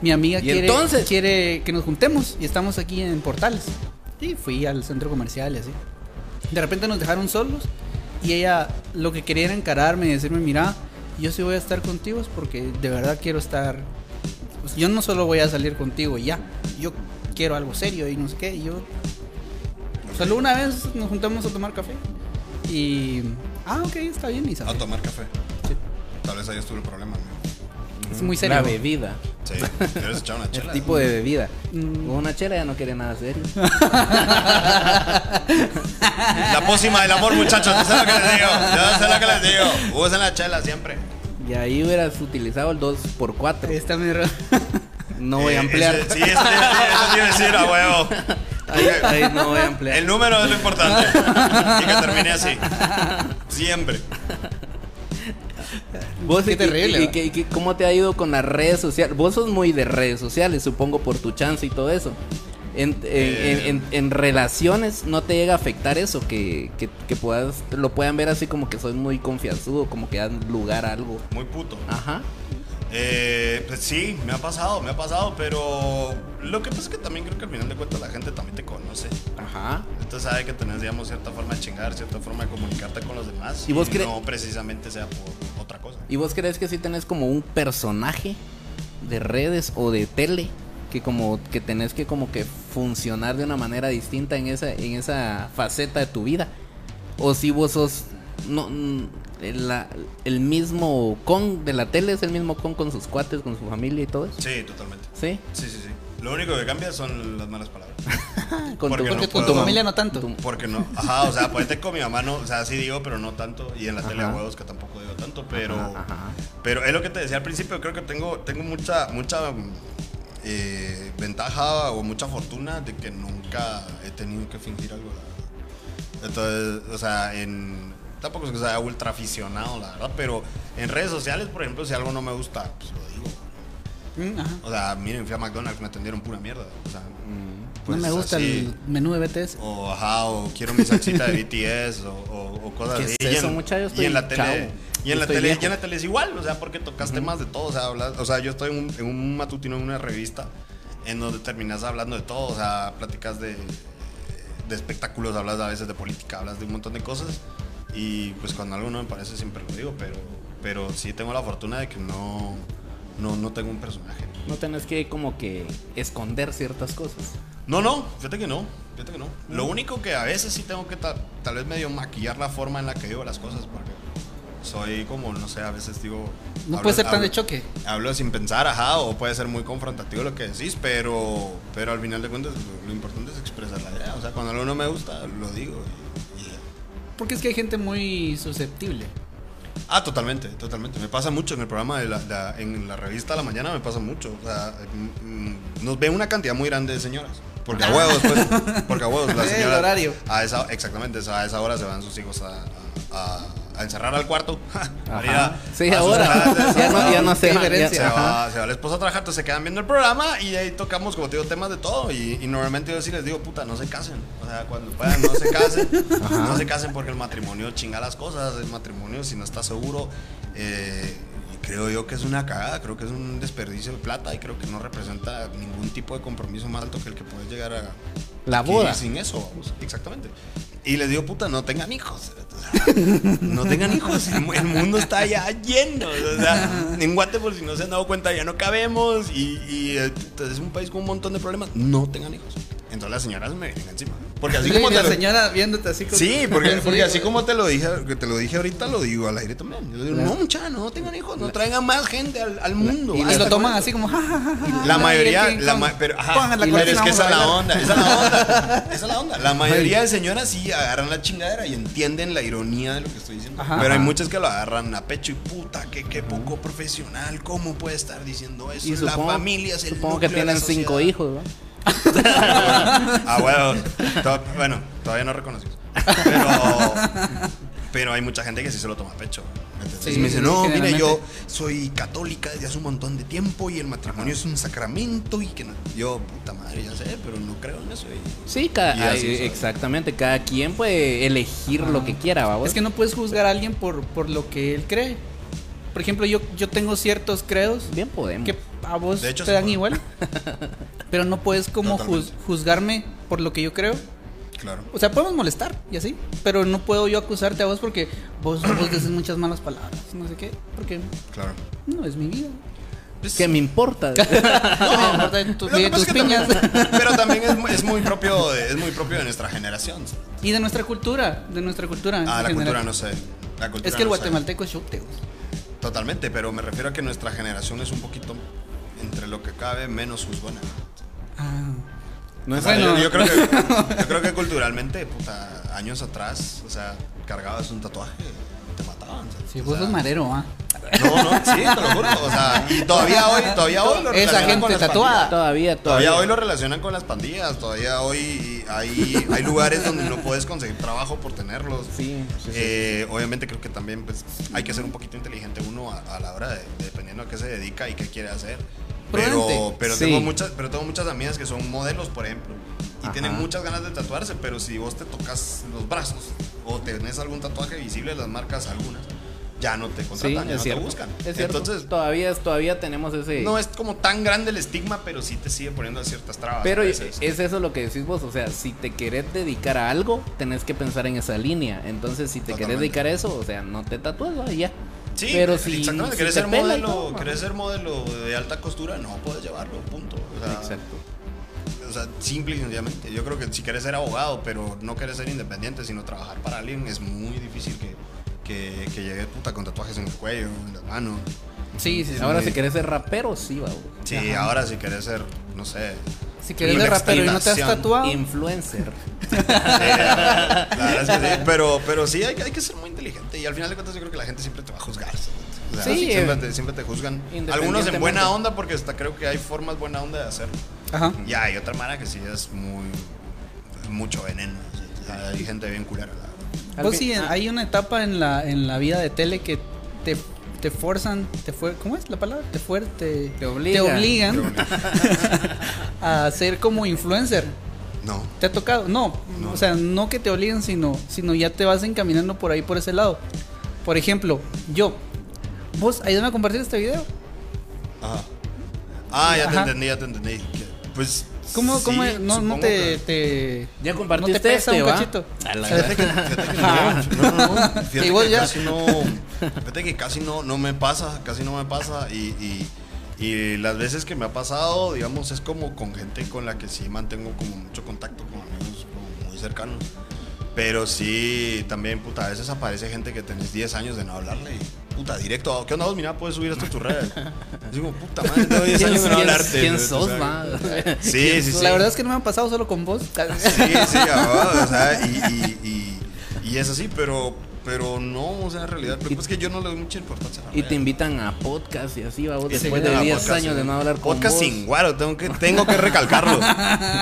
S2: mi amiga
S3: ¿Y
S2: quiere,
S3: entonces?
S2: quiere que nos juntemos y estamos aquí en Portales. Y fui al centro comercial y así. De repente nos dejaron solos y ella lo que quería era encararme y decirme, mira, yo sí voy a estar contigo es porque de verdad quiero estar... pues, yo no solo voy a salir contigo y ya, yo quiero algo serio y no sé qué. y yo Solo una vez nos juntamos a tomar café y... Ah, ok, está bien,
S4: A
S2: Isabel.
S4: tomar café. Tal vez ahí estuvo el problema. amigo.
S2: Es muy serio.
S3: La bebida.
S4: Sí, quieres echar una
S3: El
S4: chela.
S3: tipo de bebida.
S2: Mm.
S3: Con Una chela ya no quiere nada serio.
S4: La pócima del amor, muchachos. Yo sé lo que les digo. Yo sé lo que les digo. Usen la chela siempre.
S3: Y ahí hubieras utilizado el 2x4.
S2: Está mi ro-
S3: No voy a
S4: Eh,
S3: ampliar.
S4: ese- sí, ese- eso te iba a decir, a huevo.
S3: Ahí- ahí no voy a ampliar.
S4: El número es lo importante. Y que termine así. Siempre.
S3: Vos
S2: Qué
S3: y- y-
S2: terrible,
S3: y-
S2: ¿va?
S3: y- y- ¿Cómo te ha ido con las redes sociales? Vos sos muy de redes sociales, supongo, por tu chance y todo eso. En, en-
S4: Eh.
S3: en- en- en relaciones no te llega a afectar eso, que, que- que puedas, lo puedan ver así como que sos muy confianzudo, como que dan lugar a algo.
S4: Muy puto.
S3: Ajá.
S4: Eh, pues sí, me ha pasado, me ha pasado, pero lo que pasa es que también creo que al final de cuentas la gente también te conoce.
S3: Ajá.
S4: Entonces sabe que tenés, digamos, cierta forma de chingar, cierta forma de comunicarte con los demás.
S3: ¿Y vos cre-
S4: no precisamente sea por otra cosa.
S3: ¿Y vos crees que sí tenés como un personaje de redes o de tele? Que como que tenés que como que funcionar de una manera distinta en esa, en esa faceta de tu vida. O si vos sos. No, mm, la- el mismo con de la tele es el mismo con con sus cuates, con su familia y todo eso.
S4: Sí, totalmente.
S3: Sí.
S4: Sí, sí, sí. Lo único que cambia son las malas palabras.
S3: Con
S4: Porque
S3: tu,
S4: no
S3: con
S4: puedo.
S3: tu
S2: Familia no tanto.
S3: tu-
S4: Porque no, ajá, o sea, ponete con mi mamá, no, o sea, sí digo, pero no tanto. Y en la tele a
S3: Ajá.
S4: huevos que tampoco digo tanto, pero.
S3: Ajá, ajá.
S4: Pero es lo que te decía al principio, creo que tengo, tengo mucha, mucha mm, eh, ventaja o mucha fortuna de que nunca he tenido que fingir algo. la verdad. Entonces, o sea, en, tampoco es que sea ultra aficionado, la verdad, pero en redes sociales, por ejemplo, si algo no me gusta, pues lo digo.
S2: Mm, ajá.
S4: O sea, miren, fui a McDonald's, me atendieron pura mierda. O sea,
S3: Mm.
S4: pues,
S2: no me gusta
S4: así.
S2: el menú de BTS.
S4: O, ajá, o quiero mi salsita de BTS o, o- o cosas
S3: ¿Qué
S4: así.
S3: es eso,
S4: y en,
S3: muchacho? Yo
S4: y
S3: estoy
S4: en la tele,
S3: chavo.
S4: Y en,
S3: Yo
S4: la
S3: estoy
S4: tele
S3: viejo.
S4: y en la tele es igual, o sea, porque tocas temas de todo. O sea, hablas- o sea yo estoy en un, en un matutino en una revista en donde terminas hablando de todo. O sea, platicas de, de espectáculos, hablas a veces de política, hablas de un montón de cosas. Y pues cuando algo no me parece siempre lo digo, pero, pero sí tengo la fortuna de que no, no, no tengo un personaje.
S3: No tenés que como que esconder ciertas cosas.
S4: No, no, fíjate que no, fíjate que no. Lo único que a veces sí tengo que ta- tal vez medio maquillar la forma en la que digo las cosas, porque soy como, no sé, a veces digo...
S2: No
S4: hablo-
S2: puede ser tan
S4: hablo-
S2: de choque.
S4: Hablo sin pensar, ajá, o puede ser muy confrontativo lo que decís, pero, pero al final de cuentas lo, lo importante es expresar la idea. O sea, cuando algo no me gusta, lo digo. y- y ya.
S2: Porque es que hay gente muy susceptible.
S4: Ah, totalmente, totalmente. Me pasa mucho en el programa, de la, la- en la revista de la mañana me pasa mucho. O sea, mm, mm, nos ve una cantidad muy grande de señoras. Porque a huevos, pues. Porque a huevos, las
S2: Ah. El
S4: señoras.
S2: horario.
S4: A esa, exactamente, a esa hora se van sus hijos a, a- a encerrar al cuarto. para ir
S3: Ajá.
S4: a-
S3: Sí,
S4: a sus
S3: ahora.
S4: clases,
S3: ya, no, ya no
S2: Qué
S3: sé. ya-
S2: diferencia.
S4: se
S3: ajá.
S4: va, se va la esposa a trabajar, entonces se quedan viendo el programa y ahí tocamos, como te digo, temas de todo. Y, y normalmente yo sí les digo, puta, no se casen. O sea, cuando puedan, no se casen. no se casen porque el matrimonio chinga las cosas. El matrimonio, si no está seguro, eh, y creo yo que es una cagada, creo que es un desperdicio de plata y creo que no representa ningún tipo de compromiso más alto que el que puedes llegar a.
S3: La
S4: aquí
S3: boda.
S4: Sin eso, vamos, exactamente. Y les digo, puta, no tengan hijos. No tengan hijos, el, mu- el mundo está ya lleno. O sea, en Guate, por si no se han dado cuenta, ya no cabemos. Y, y, eh, es un país con un montón de problemas. No tengan hijos. Entonces las señoras me vienen encima. Porque así
S2: Sí,
S4: como
S2: la
S4: te lo,
S2: señora viéndote así como...
S4: Sí, porque, porque así
S2: güey.
S4: como te lo dije, que te lo dije ahorita, lo digo al aire también. Yo le digo, no, muchachos, no tengan hijos, no traigan más gente al, al mundo. Ah,
S2: Y
S4: Hasta
S2: lo toman
S4: cuando-
S2: así como... "Ja, ja, ja, ja, ja,
S4: la
S2: nadie
S4: mayoría,
S2: tiene
S4: la
S2: con-
S4: ma- pero, ajá,
S2: Pongan la
S4: pero
S2: cortina,
S4: es que
S2: vamos
S4: esa
S2: a
S4: es la
S2: bailar".
S4: onda, esa es la onda, esa es la onda. La mayoría de señoras sí agarran la chingadera y entienden la ironía de lo que estoy diciendo.
S2: Ajá.
S4: pero hay
S3: Ajá.
S4: muchas que lo agarran a pecho y puta, que, que poco profesional, ¿cómo puede estar diciendo eso?
S3: Y supongo,
S4: la familia es el
S3: supongo que
S4: núcleo de la
S3: tienen cinco
S4: sociedad.
S3: hijos, ¿no?
S4: Ah, bueno, to- bueno, todavía no reconocí. Pero, pero hay mucha gente que sí se lo toma a pecho. Entonces
S2: Sí,
S4: me
S2: sí,
S4: dice, no, mira,
S2: generalmente.
S4: yo soy católica desde hace un montón de tiempo y el matrimonio es un sacramento y que no. Yo, puta madre, ya sé, pero no creo en eso. y-
S3: Sí, cada,
S4: Y así
S3: ay,
S4: son.
S3: exactamente. Cada quien puede elegir lo que quiera, ¿va? vos?
S2: Es que no puedes juzgar a alguien por, por lo que él cree. Por ejemplo, yo, yo tengo ciertos credos
S3: bien podemos.
S2: que a vos
S4: De hecho,
S2: te
S4: sí
S2: dan
S4: puedo.
S2: igual. Pero no puedes como juz-
S4: Totalmente.
S2: juzgarme por lo que yo creo.
S4: Claro.
S2: O sea, podemos molestar y así, pero no puedo yo acusarte a vos porque vos, vos decís muchas malas palabras, no sé qué, porque
S4: Claro.
S2: no es mi vida.
S4: Pues-
S3: Que me importa.
S2: No me importa tu-
S4: Lo que
S2: de
S4: pasa
S2: tus
S4: es que también-
S2: piñas
S4: pero también es, muy- es muy propio de, es muy propio de nuestra generación.
S2: y de nuestra cultura, de nuestra cultura. en
S4: Ah, la
S2: general.
S4: cultura no sé. La cultura
S2: Es que el
S4: no sé.
S2: guatemalteco es chute, güey.
S4: Totalmente, pero me refiero a que nuestra generación es un poquito, entre lo que cabe, menos juzgona.
S2: Ah.
S3: No
S4: O
S3: es
S4: sea,
S2: Bueno.
S4: yo, yo creo que, yo creo que culturalmente, puta, años atrás, o sea, cargabas un tatuaje, te mataban. o sea,
S2: Sí,
S4: o
S2: vos
S4: sea,
S2: sos marero, ¿ah?
S4: No, no, sí, te lo juro. O sea, y todavía hoy, todavía hoy lo
S2: Esa
S4: relacionan
S2: gente
S4: con las
S2: tatuada.
S4: pandillas.
S3: Todavía,
S4: Todavía hoy lo relacionan con las pandillas, todavía hoy hay, hay lugares donde no puedes conseguir trabajo por tenerlos.
S3: Sí, sí, sí.
S4: Eh, obviamente creo que también pues, hay que ser un poquito inteligente uno a, a la hora de, dependiendo a qué se dedica y qué quiere hacer. Pero,
S2: Prudente.
S4: pero,
S3: Sí.
S4: tengo muchas, pero tengo muchas amigas que son modelos, por ejemplo, y
S3: Ajá.
S4: tienen muchas ganas de tatuarse, pero si vos te tocas los brazos o tenés algún tatuaje visible, las marcas algunas, ya no te
S3: Sí,
S4: contratan, ya
S3: es
S4: no
S3: cierto.
S4: te buscan.
S3: Es cierto.
S4: Entonces,
S3: todavía, todavía tenemos ese.
S4: no es como tan grande el estigma, pero sí te sigue poniendo ciertas trabas.
S3: Pero
S4: a
S3: es
S4: veces.
S3: eso lo que decís vos, o sea, si te querés dedicar a algo, tenés que pensar en esa línea. Entonces, si te querés
S4: Totalmente.
S3: dedicar a eso, o sea, no te tatúes va, y ya.
S4: Sí,
S3: pero si-
S4: exactamente.
S3: si
S4: ¿Querés,
S3: te
S4: ser
S3: pelan,
S4: modelo,
S3: toma.
S4: querés ser modelo de alta costura? No puedes llevarlo, punto. O sea,
S3: Exacto.
S4: o sea, simple y sencillamente. Yo creo que si querés ser abogado, pero no querés ser independiente, sino trabajar para alguien, es muy difícil que, que que, que llegué puta con tatuajes en el cuello, en las manos.
S3: Sí, sí,
S4: sí,
S3: Ahora
S4: sí.
S3: si querés ser rapero, sí, babo.
S4: Sí, ahora si querés ser, no sé.
S2: Si quieres
S4: una
S2: de rapero y no te has
S4: explicación.
S2: tatuado.
S3: Influencer.
S4: Sí, eh, la verdad es que sí, pero, pero sí, hay, que- hay que ser muy inteligente. Y al final de cuentas, yo creo que la gente siempre te va a juzgar. ¿sabes? O sea,
S3: Sí,
S4: siempre,
S3: eh,
S4: te, siempre te juzgan.
S3: independientemente.
S4: Algunos en buena onda, porque hasta creo que hay formas buena onda de hacerlo.
S2: Ajá.
S4: Y hay otra mara que sí es muy. mucho veneno. ¿sí? O sea, hay gente bien culera, la verdad.
S2: Vos
S3: Alguien-
S2: sí, en-
S3: ah,
S2: hay una etapa en la, en la vida de tele que te, te forzan, te fue, ¿cómo es la palabra? Te fuerte.
S3: Te obligan.
S4: Qué bonito.
S2: a ser como influencer.
S4: No.
S2: ¿Te ha tocado? No,
S4: No.
S2: o sea, no que te obliguen, sino, sino ya te vas encaminando por ahí, por ese lado. Por ejemplo, yo. ¿Vos ayúdame a compartir este video?
S4: Ajá. Ah, ya
S2: Ajá.
S4: te entendí, ya te entendí. Que, Pues.
S2: ¿Cómo,
S4: sí,
S2: cómo es? no, no
S4: supongo
S2: te,
S4: que-
S2: te-
S3: Ya
S2: no
S3: compartiste
S2: te pesa
S3: este,
S2: un
S3: ¿va?
S2: cachito?
S4: A la
S2: ¿Sabes?
S4: fíjate que, fíjate que no, no, no, fíjate
S2: Y vos
S4: que
S2: ya-
S4: casi no, fíjate que casi no, no me pasa, casi no me pasa y, y, y las veces que me ha pasado, digamos, es como con gente con la que sí mantengo como mucho contacto, con amigos como muy cercanos, pero sí, también, puta, a veces aparece gente que tenés 10 años de no hablarle y, puta, directo, "Ah, ¿qué onda vos? Mira, puedes subir esto en tus redes. Y digo, puta madre, tengo 10
S3: ¿Quién,
S4: años de no
S3: quién-
S4: hablarte.
S3: quién
S4: ¿no?
S3: sos,
S4: O sea,
S3: va?
S4: Sí, sí, sí.
S2: La verdad es que no me han pasado solo con vos.
S4: Sí, sí, a huevo, o sea, y, y, y, y es así, pero, pero no, o sea, en realidad, pero es que yo no le doy mucha importancia. a la
S3: Y te
S4: realidad.
S3: invitan a podcast y así, babo.
S4: Y te
S3: Después
S4: invitan
S3: de
S4: a
S3: 10
S4: podcast,
S3: años
S4: sí.
S3: de no hablar con
S4: Podcast
S3: vos.
S4: sin guaro, tengo que, tengo que recalcarlo.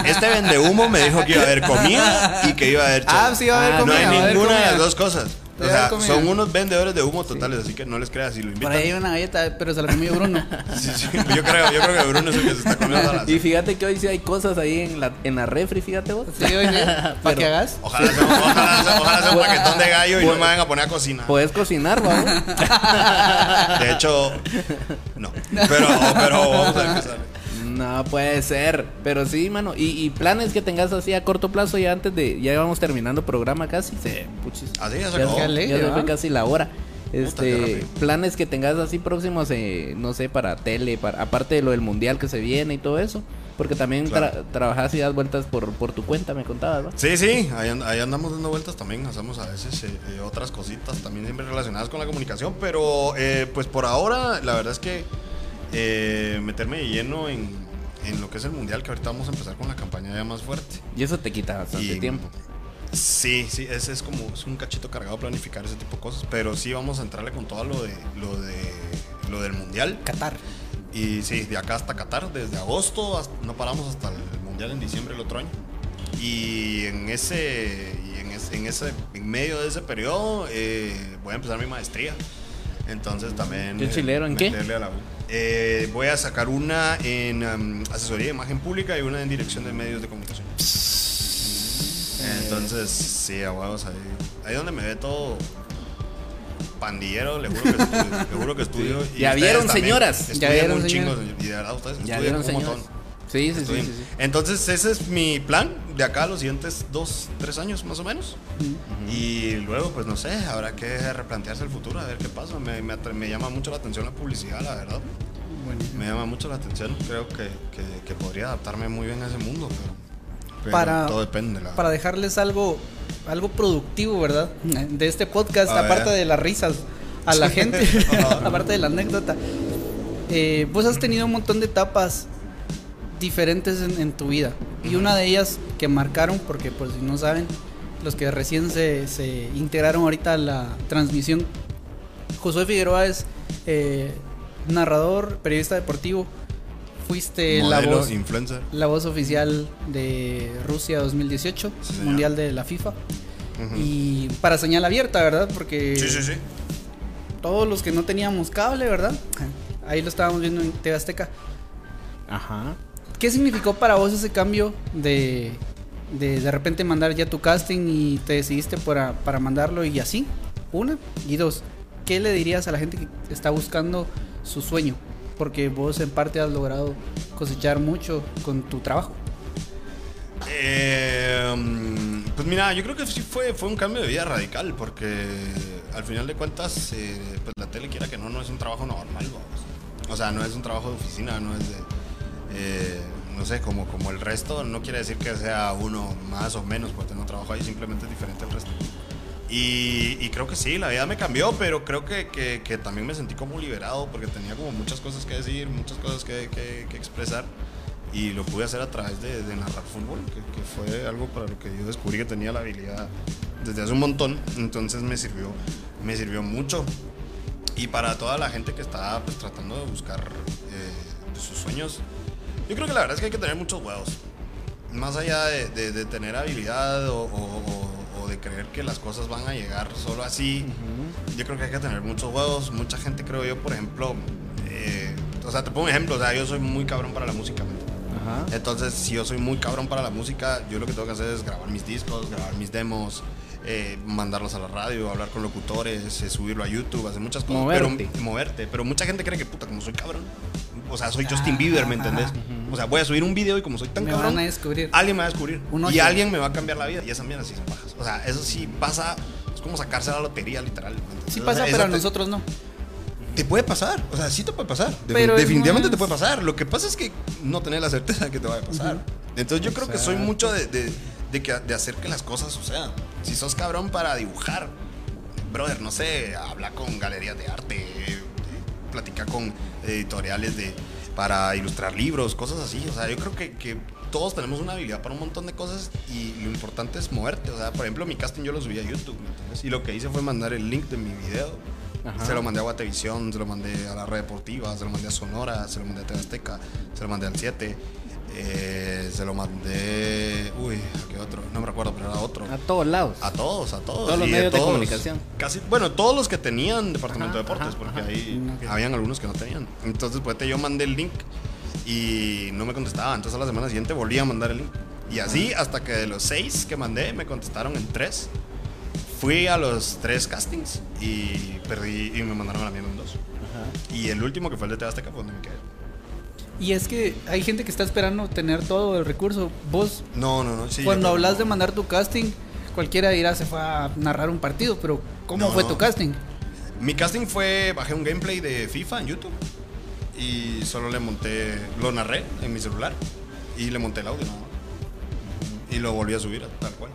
S4: Este vende humo me dijo que iba a haber comida y que iba a haber
S2: Ah,
S4: chela.
S2: sí, va a haber
S3: Ah,
S4: No
S2: comida.
S4: hay
S2: va a haber
S4: ninguna de
S2: comida.
S4: las dos cosas. O
S2: Va a haber
S4: sea,
S2: comida.
S4: son unos vendedores de humo totales, así que no les creas si lo
S2: Por
S4: invitan.
S2: ahí hay una galleta, pero se la comió Bruno.
S4: Sí, sí, yo, creo, yo creo que Bruno es el que se está comiendo las.
S3: Y fíjate que hoy sí hay cosas ahí en la, en la refri, fíjate vos.
S2: Sí, oye, para que
S3: Pero-
S2: hagas.
S4: Ojalá sea, ojalá, sea- ojalá sea un paquetón de gallo y no me vayan a poner a cocinar.
S3: Podés cocinar, babo.
S4: De hecho, no. Pero, pero vamos a ver qué sale.
S3: No puede ser, pero sí, mano. Y, y planes que tengas así a corto plazo ya antes de ya vamos terminando programa casi. Sí, puchis.
S4: Así Ah, ya
S3: Ya,
S4: se acabó.
S3: se-
S2: alegre,
S3: ya se fue
S2: ¿va?
S3: casi la hora.
S4: qué
S3: Este,
S4: rápido.
S3: planes que tengas así próximos, eh, no sé, para tele, para, aparte de lo del mundial que se viene y todo eso, porque también tra-
S4: Claro.
S3: trabajas y das vueltas por, por tu cuenta, me contabas, ¿va?
S4: Sí, sí, ahí, and- ahí andamos dando vueltas también, hacemos a veces eh, eh, otras cositas también siempre relacionadas con la comunicación, pero eh, pues por ahora la verdad es que eh, meterme de lleno en, en lo que es el mundial, que ahorita vamos a empezar con la campaña ya más fuerte.
S3: Y eso te quita bastante
S4: Y-
S3: tiempo.
S4: Sí, sí, es, es como es un cachito cargado planificar ese tipo de cosas, pero sí vamos a entrarle con todo lo de lo de lo del mundial.
S2: Qatar.
S4: Y sí, de acá hasta Qatar, desde agosto, hasta- no paramos hasta el Mundial en diciembre del otro año. Y en ese, y en ese, en ese- en medio de ese periodo, eh, voy a empezar mi maestría. Entonces también...
S3: ¿Qué
S4: eh,
S3: chilero? ¿En qué?
S4: meterle a la U. Eh, voy a sacar una en em, asesoría de imagen pública y una en dirección de medios de comunicación. Entonces, sí, a huevos ahí. Ahí donde me ve todo pandillero, le juro que estudio. le juro que estudio y
S3: Ya
S4: ustedes
S3: vieron,
S4: también.
S3: señoras.
S4: Estudian
S2: Ya vieron,
S4: un
S2: señores.
S4: chingo, señor. Y de verdad, ustedes
S3: Ya
S4: estudian
S3: vieron,
S4: un
S3: señores.
S4: montón.
S3: Sí, sí, sí, sí,
S4: Estudian.
S3: sí.
S4: Entonces, ese es mi plan de acá a los siguientes dos, tres años más o menos. Y luego, pues no sé, habrá que replantearse el futuro, a ver qué pasa. Me, me atra- me llama mucho la atención la publicidad, la verdad. Me llama mucho la atención. Creo que, que- que podría adaptarme muy bien a ese mundo, pero, pero
S2: Para-
S4: todo depende. la
S2: Para dejarles algo, algo productivo, ¿verdad? De este podcast,
S4: A ver.
S2: aparte de las risas a la gente, aparte de la anécdota. Eh, vos has tenido un montón de etapas diferentes en, en tu vida. Y una de ellas que marcaron, porque por si no saben, los que recién se, se integraron ahorita a la transmisión, Josué Figueroa es eh, narrador, periodista deportivo. Fuiste la
S4: Modelo,
S2: voz
S4: influencer.
S2: la voz oficial de Rusia 2018,
S4: Sí, señor.
S2: Mundial de la FIFA.
S4: Ujú.
S2: Y para señal abierta, ¿verdad? Porque
S4: Sí, sí, sí.
S2: todos los que no teníamos cable, ¿verdad? Ahí lo estábamos viendo en TV Azteca.
S3: Ajá.
S2: ¿Qué significó para vos ese cambio de de, de repente mandar ya tu casting y te decidiste para, para mandarlo y así? Una. Y dos, ¿qué le dirías a la gente que está buscando su sueño? Porque vos en parte has logrado cosechar mucho con tu trabajo.
S4: Eh, mm, pues mira, yo creo que sí fue, fue un cambio de vida radical, porque al final de cuentas, eh, pues la tele quiera que no, no es un trabajo normal, vamos. O sea, no es un trabajo de oficina, no es de. eh, no sé, como, como el resto, no quiere decir que sea uno más o menos por tener un trabajo ahí, simplemente es diferente al resto. Y, y creo que sí, la vida me cambió, pero creo que, que- que también me sentí como liberado porque tenía como muchas cosas que decir, muchas cosas que, que- que expresar. Y lo pude hacer a través de, de narrar fútbol, que, que fue algo para lo que yo descubrí que tenía la habilidad desde hace un montón. Entonces me sirvió, me sirvió mucho. Y para toda la gente que está pues, tratando de buscar eh, sus sueños, yo creo que la verdad es que hay que tener muchos huevos. Más allá de, de- de tener habilidad o, o- o- o de creer que las cosas van a llegar solo así, yo creo que hay que tener muchos huevos. Mucha gente, creo yo, por ejemplo, eh, o sea, te pongo un ejemplo, o sea, yo soy muy cabrón para la música. man.
S3: Ajá.
S4: Entonces, si yo soy muy cabrón para la música, yo lo que tengo que hacer es grabar mis discos, grabar mis demos, eh, mandarlos a la radio, hablar con locutores, eh, subirlo a YouTube, hacer muchas cosas.
S3: Moverte.
S4: Pero, moverte. Pero mucha gente cree que, puta, como soy cabrón. O sea,
S3: Ah,
S4: soy Justin Bieber, ¿me entendés? O sea, voy a subir un video y como soy tan
S2: Me
S4: cabrón,
S2: van a descubrir.
S4: alguien me va a descubrir.
S2: Un
S4: y
S2: ocho.
S4: alguien me va a cambiar la vida. Y esas mierdas sí son bajas. O sea, eso sí pasa. Es como sacarse la lotería, literal. ¿me entendés?
S2: Sí
S4: O
S2: pasa,
S4: sea,
S2: pero a
S4: eso te-
S2: nosotros no.
S4: te puede pasar, o sea, sí te puede pasar. Defin-
S2: Pero es
S4: definitivamente
S2: más-
S4: te puede pasar. Lo que pasa es que no tenés la certeza de que te va a pasar. Entonces yo creo que soy mucho de, de- de que- de hacer que las cosas sucedan. Si sos cabrón para dibujar, brother, no sé, habla con galerías de arte, eh, eh, platica con editoriales de, para ilustrar libros, cosas así. O sea, yo creo que, que todos tenemos una habilidad para un montón de cosas y lo importante es moverte. O sea, por ejemplo, mi casting yo lo subí a YouTube. ¿me entiendes? Y lo que hice fue mandar el link de mi video.
S3: Ajá.
S4: Se lo mandé a Guatevisión, se lo mandé a la red deportiva, se lo mandé a Sonora, se lo mandé a TV Azteca, se lo mandé al 7. eh, se lo mandé. Uy, ¿a qué otro? No me recuerdo, pero era otro.
S3: A todos lados.
S4: A todos, a todos.
S3: Todos los
S4: y
S3: medios de comunicación.
S4: Casi, bueno, todos los que tenían
S3: Ajá,
S4: departamento de deportes,
S3: ajá,
S4: porque
S3: ajá. Mm,
S4: ahí
S3: Ok.
S4: habían algunos que no tenían. Entonces, pues yo mandé el link y no me contestaban. Entonces, a la semana siguiente volví a mandar el link. Y así, hasta que de los seis que mandé, me contestaron en tres. Fui a los tres castings y perdí y me mandaron a la mierda en dos. Y el último que fue el de TV Azteca fue donde me quedé.
S2: Y es que hay gente que está esperando tener todo el recurso. Vos,
S4: No, no, no. sí,
S2: cuando
S4: yo-
S2: hablas de mandar tu casting, cualquiera dirá se fue a narrar un partido, pero ¿cómo
S4: No,
S2: fue
S4: no.
S2: tu casting?
S4: Mi casting fue, bajé un gameplay de FIFA en YouTube y solo le monté, lo narré en mi celular y le monté el audio. nada más. Y lo volví a subir tal cual.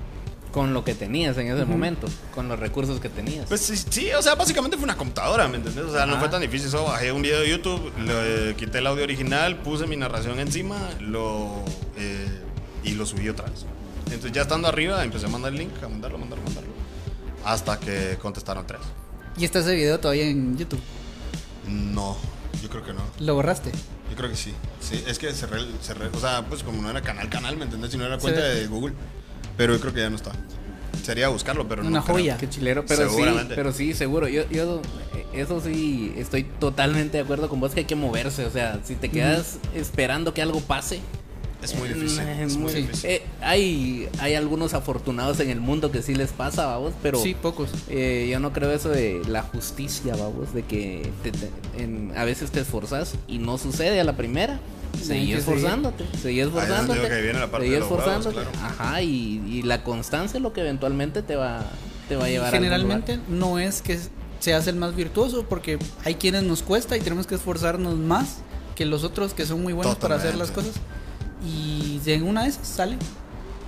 S3: Con lo que tenías en ese momento. Con los recursos que tenías.
S4: Pues sí, sí, o sea, básicamente fue una computadora, ¿me entendés? O sea, no
S3: Ajá.
S4: fue tan difícil. Solo bajé un video de YouTube, le quité el audio original, puse mi narración encima lo, eh, y lo subí otra vez. Entonces ya estando arriba empecé a mandar el link, a mandarlo, mandarlo, mandarlo. Hasta que contestaron tres.
S2: Y está ese video todavía en YouTube.
S4: No, yo creo que no.
S2: Lo borraste.
S4: Yo creo que sí. Sí, es que cerré, el- cerré, o sea, pues como no era canal, canal, ¿me entendés? Si no era cuenta
S2: Sí.
S4: de Google. Pero yo creo que ya no está. Sería buscarlo, pero no.
S2: Una
S4: creo.
S2: joya.
S3: Qué chilero, pero sí,
S4: Seguramente.
S3: pero sí, seguro. Yo, yo, eh, eso sí, estoy totalmente de acuerdo con vos que hay que moverse. O sea, si te quedas esperando que algo pase,
S4: Es muy difícil.
S3: eh,
S4: Es muy
S3: sí.
S4: difícil.
S3: Eh, hay, hay algunos afortunados en el mundo que sí les pasa, vamos, pero
S2: Sí, pocos.
S3: eh, yo no creo eso de la justicia, vamos, de que te- te- en- a veces te esforzas y no sucede a la primera. Seguí
S2: que seguir.
S3: esforzándote, seguí esforzándote.
S4: digo que viene la parte
S3: seguí
S4: de los huevos,
S3: esforzándote.
S4: claro.
S3: Ajá, y, y la constancia es lo que eventualmente te va, te va a llevar a algún
S2: Generalmente
S3: lugar.
S2: no es que seas el más virtuoso, porque hay quienes nos cuesta y tenemos que esforzarnos más que los otros que son muy buenos para hacer las
S4: Totalmente.
S2: cosas. Y de una de esas sale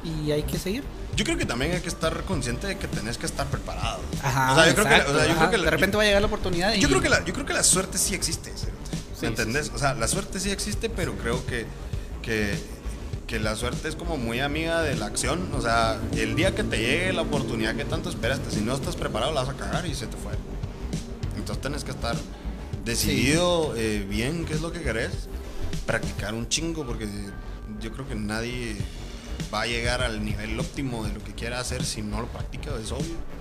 S2: y hay que seguir.
S4: Yo creo que también hay que estar consciente de que tenés que estar preparado.
S2: Ajá,
S4: O sea, yo creo que la-
S2: exacto,
S4: o sea, yo
S2: ajá.
S4: creo que la-
S2: de repente va a llegar la oportunidad. y-
S4: Yo creo que la, yo creo que la suerte sí existe. cerote. ¿Me
S3: Sí,
S4: entendés?
S3: sí,
S4: O sea, la suerte sí existe, pero creo que, que, que la suerte es como muy amiga de la acción. O sea, el día que te llegue la oportunidad que tanto esperaste, si no estás preparado, la vas a cagar y se te fue. Entonces tienes que estar decidido eh, bien qué es lo que querés, practicar un chingo, porque yo creo que nadie va a llegar al nivel óptimo de lo que quiera hacer si no lo practica, es obvio.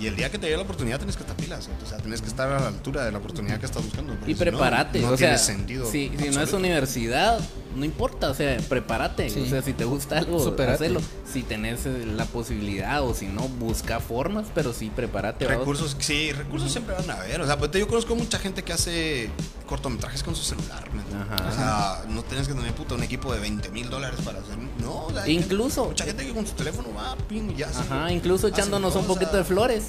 S4: Y el día que te llegue la oportunidad tienes que estar pilas. O sea, tienes que estar a la altura de la oportunidad que estás buscando. porque
S3: Y
S4: si no,
S3: prepárate,
S4: No,
S3: o sea,
S4: tiene sentido.
S3: si, si no es
S4: absoluto.
S3: universidad, no importa, o sea, prepárate,
S2: Sí.
S3: o sea, si te gusta algo,
S2: Superate.
S3: hazlo. Si tenés eh, la posibilidad o si no, busca formas, pero sí, prepárate. vamos.
S4: Recursos, sí, recursos siempre van a haber. O sea, pues te- yo conozco mucha gente que hace cortometrajes con su celular. ¿me entiendes?
S3: Ajá.
S4: O sea, no tienes que tener puta un equipo de 20 mil dólares para hacer. un- No, o sea, hay
S3: Incluso-
S4: gente- mucha gente que con su teléfono va, ping, y ya.
S3: Ajá,
S2: Ah,
S3: incluso echándonos un poquito de flores.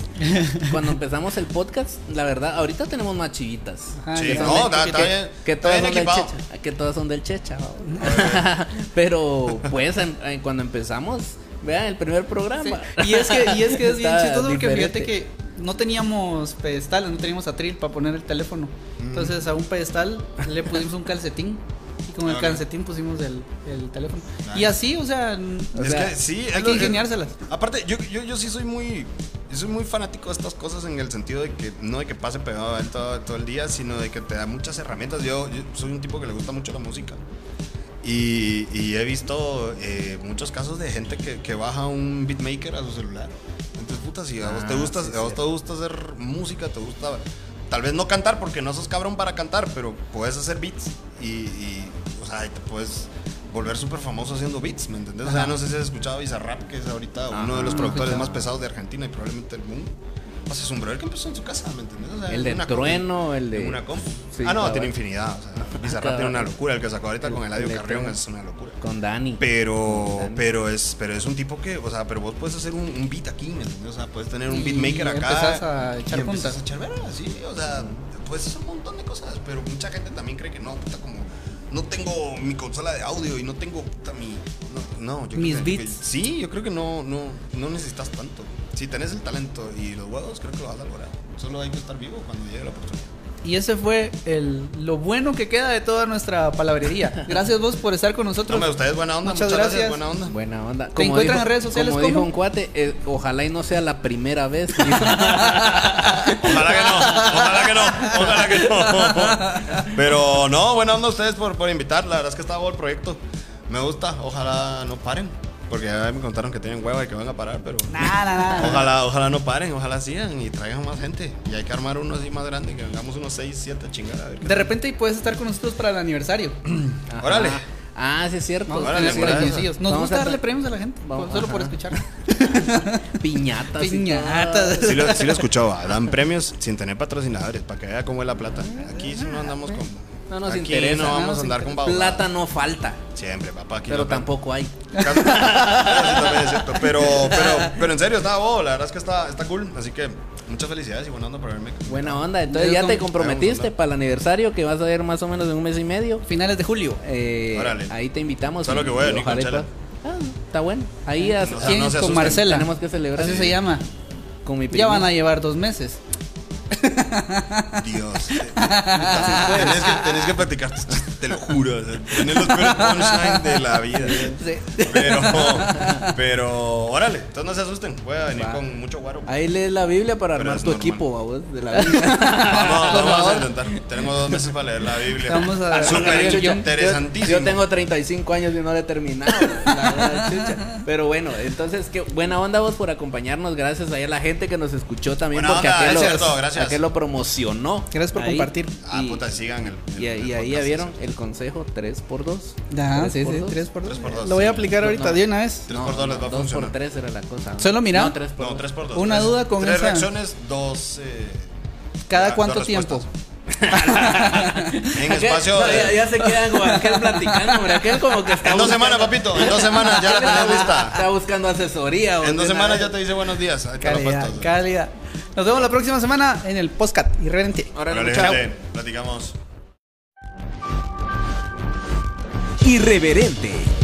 S3: Cuando empezamos el podcast, la verdad, ahorita tenemos más chivitas.
S2: Ajá,
S4: Sí,
S2: Ah, que son
S4: no,
S2: de-
S4: está-
S2: que-
S4: está
S2: que-
S4: bien.
S3: Que
S4: Está
S3: todas,
S4: bien
S3: son del
S4: equipado.
S3: checha, que todas son del checha. vamos. Pero pues en- en- cuando empezamos, Vean el primer programa.
S2: Sí. Y es que, y es, que es bien
S3: Está
S2: chistoso porque
S3: diferente.
S2: fíjate que no teníamos pedestal, no teníamos atril para poner el teléfono. Entonces a un pedestal le pusimos un calcetín. Y con el
S4: Ah, ok.
S2: calcetín pusimos el, el teléfono.
S4: Ah.
S2: Y así, o sea, n-
S4: Es
S3: sea,
S4: que sí,
S2: hay
S4: es
S2: que
S4: lo-
S2: ingeniárselas.
S4: Aparte, yo, yo, yo sí soy muy. yo soy muy fanático de estas cosas en el sentido de que no de que pase pegado a él todo, todo el día, sino de que te da muchas herramientas. Yo, yo soy un tipo que le gusta mucho la música. Y, y he visto eh, muchos casos de gente que, que baja un beatmaker a su celular. Entonces, puta, si a vos,
S3: Ah,
S4: te, gusta,
S3: sí,
S4: a vos te gusta hacer música, te gusta. Tal vez no cantar porque no sos cabrón para cantar, pero puedes hacer beats y, y, o sea, y te puedes volver súper famoso haciendo beats, ¿me entendés? O sea, no sé si has escuchado a Bizarrap, que es ahorita uno de los
S3: Ajá.
S4: productores
S2: Escuchado.
S4: más pesados de Argentina y probablemente del mundo. O sea, es un brother que empezó en su casa, ¿me entendés? O sea,
S3: El de
S4: en una
S3: Trueno, el de-
S4: en una compu.
S3: Sí,
S4: ah, no,
S3: cabal.
S4: tiene infinidad. O sea, Bizarrap
S3: Cabal.
S4: tiene una locura. El que sacó ahorita
S3: El-
S4: con Eladio
S3: el de
S4: Carrión
S3: Trueno.
S4: es una locura.
S3: Con Dani.
S4: Pero,
S3: Dani.
S4: pero es, pero es un tipo que, o sea, pero vos puedes hacer un, un beat aquí, ¿me entiendes? O sea, puedes tener un
S2: Y
S4: beatmaker acá.
S2: empezás a
S4: y
S2: echar
S4: empezás
S2: puntas.
S4: a echar verga, sí, o sea, puedes hacer un montón de cosas, pero mucha gente también cree que no, puta, como, no tengo mi consola de audio y no tengo, puta, mi, no, no, yo creo
S2: Mis
S4: que-
S2: beats.
S4: que- sí, yo creo que no, no, no necesitas tanto. Si tenés el talento y los huevos, creo que lo vas a lograr. Solo hay que estar vivo cuando llegue la oportunidad.
S2: Y ese fue el, lo bueno que queda de toda nuestra palabrería. Gracias vos por estar con nosotros.
S4: No, ustedes buena onda,
S2: Muchas
S4: muchas, gracias.
S2: gracias.
S4: buena onda.
S3: Buena onda.
S2: ¿Te encuentran en redes sociales
S3: Como dijo
S2: cómo?
S3: un cuate, eh, ojalá y no sea la primera vez. dijo.
S4: Ojalá que no, ojalá que no, ojalá que no. Pero no, buena onda a ustedes por, por invitar. La verdad es que está bueno el proyecto. Me gusta, ojalá no paren. Porque ya me contaron que tienen hueva y que van a parar, pero.
S2: Nada, nada.
S4: Ojalá, ojalá no paren, ojalá sigan y traigan más gente. Y hay que armar uno así más grande, que vengamos unos 6, 7 chingadas. a ver qué
S2: De repente puedes estar con nosotros para el aniversario.
S4: tal. Órale.
S3: Ajá. Ah, sí es cierto.
S2: Vamos a
S4: Órale,
S2: tener
S3: Sí,
S4: por ahí.
S3: sí,
S2: premios.
S3: sí.
S2: pues, Nos
S3: Vamos
S2: gusta
S3: a
S2: darle
S3: hacer
S2: premios a la gente,
S3: Vamos,
S2: solo por
S3: ajá.
S2: escuchar.
S3: Piñatas. y
S2: Piñatas.
S4: Sí lo, sí lo escuchó, va. dan premios sin tener patrocinadores, para que vea cómo es la plata. Aquí sí no andamos con.
S3: todo. No nos
S4: aquí
S3: interesa.
S4: no vamos
S3: nos
S4: a andar con
S3: interesa.
S4: babosadas.
S3: Plata no falta.
S4: Siempre, papá. Aquí
S3: Pero
S4: la plata-
S3: tampoco hay.
S4: Casi- Pero sí, también es cierto. Pero, pero, pero en serio, está bobo. La verdad es que está, está cool. Así que muchas felicidades y buena onda por haberme.
S3: Buena onda. Entonces
S2: Yo
S3: ya
S2: com-
S3: te
S4: Vamos a
S3: comprometiste
S4: andar.
S3: para el aniversario que vas a ver más o menos en un mes y medio.
S2: Finales de julio.
S3: Eh,
S4: Órale.
S3: Ahí te invitamos.
S4: Solo
S3: y-
S4: que voy a
S3: y
S4: venir con
S3: ojalá y
S4: chela.
S3: puedas- Ah, está bueno. Ahí has-
S4: O sea,
S2: ¿Quién?
S4: no se
S2: con
S4: asusten.
S2: Marcela.
S3: tenemos que celebrar.
S2: Así se llama.
S3: Con mi
S2: Ya
S3: prima.
S2: van a llevar dos meses.
S4: Dios. eh, tenés, que, tenés que practicar tus chistes, te lo juro. o sea, Tenés los peores punchlines de la vida. eh. Pero, pero, órale. Entonces no se asusten. Voy a venir
S3: Va.
S4: con mucho guaro.
S3: Ahí lees la Biblia para
S4: Pero
S3: armar
S4: es
S3: tu
S4: normal.
S3: equipo, babos, de la Biblia.
S4: Vamos,
S2: Por
S4: vamos a
S2: favor.
S4: intentar. Tenemos dos meses para leer la Biblia.
S2: Vamos a-
S4: Súper
S2: Yo- yo-
S4: interesantísimo.
S3: Yo tengo 35 años y no lo he terminado. la verdad, chucha. Pero bueno, entonces, qué buena onda vos por acompañarnos. Gracias ahí a la gente que nos escuchó también.
S4: Buena
S3: porque
S4: onda,
S3: aquel,
S4: es
S3: lo,
S4: cierto, gracias.
S3: aquel lo promocionó.
S2: Gracias por
S3: Ahí.
S2: compartir.
S4: Ah,
S3: Y-
S4: puta, sigan el. el-
S3: Y, ahí-
S4: el
S3: y ahí
S4: podcast,
S3: ya
S4: sí,
S3: vieron
S4: sí.
S3: el consejo 3x2.
S2: Ya, sí, sí, tres por
S4: Tres
S2: dos.
S4: por dos,
S2: Lo voy
S4: sí.
S2: a aplicar ahorita
S3: No.
S2: de una vez.
S4: Tres por dos les va a funcionar.
S3: 2x3 era la cosa. ¿no?
S2: Solo mira.
S3: No, 3 por
S4: No,
S3: dos.
S4: 3 por 2
S2: Una duda con
S4: tres
S2: esa.
S4: reacciones, dos. eh,
S2: ¿Cada
S4: dos
S2: cuánto
S4: respuestas.
S2: tiempo?
S4: en espacio.
S3: No,
S4: de-
S3: ya, ya se quedan con aquel platicando, hombre. Aquel como que está
S4: En dos
S3: buscando-
S4: semanas, papito. En dos semanas ya la tenés lista.
S3: Está buscando asesoría.
S4: En dos
S3: hombre,
S4: semanas
S3: nada.
S4: ya te dice buenos días. Ahí te lo
S2: Calidad,
S4: puesto.
S2: calidad. Nos vemos la próxima semana en el podcast. Y realmente.
S3: Órale,
S4: Órale,
S3: chao.
S4: gente, Platicamos.
S1: Irreverente,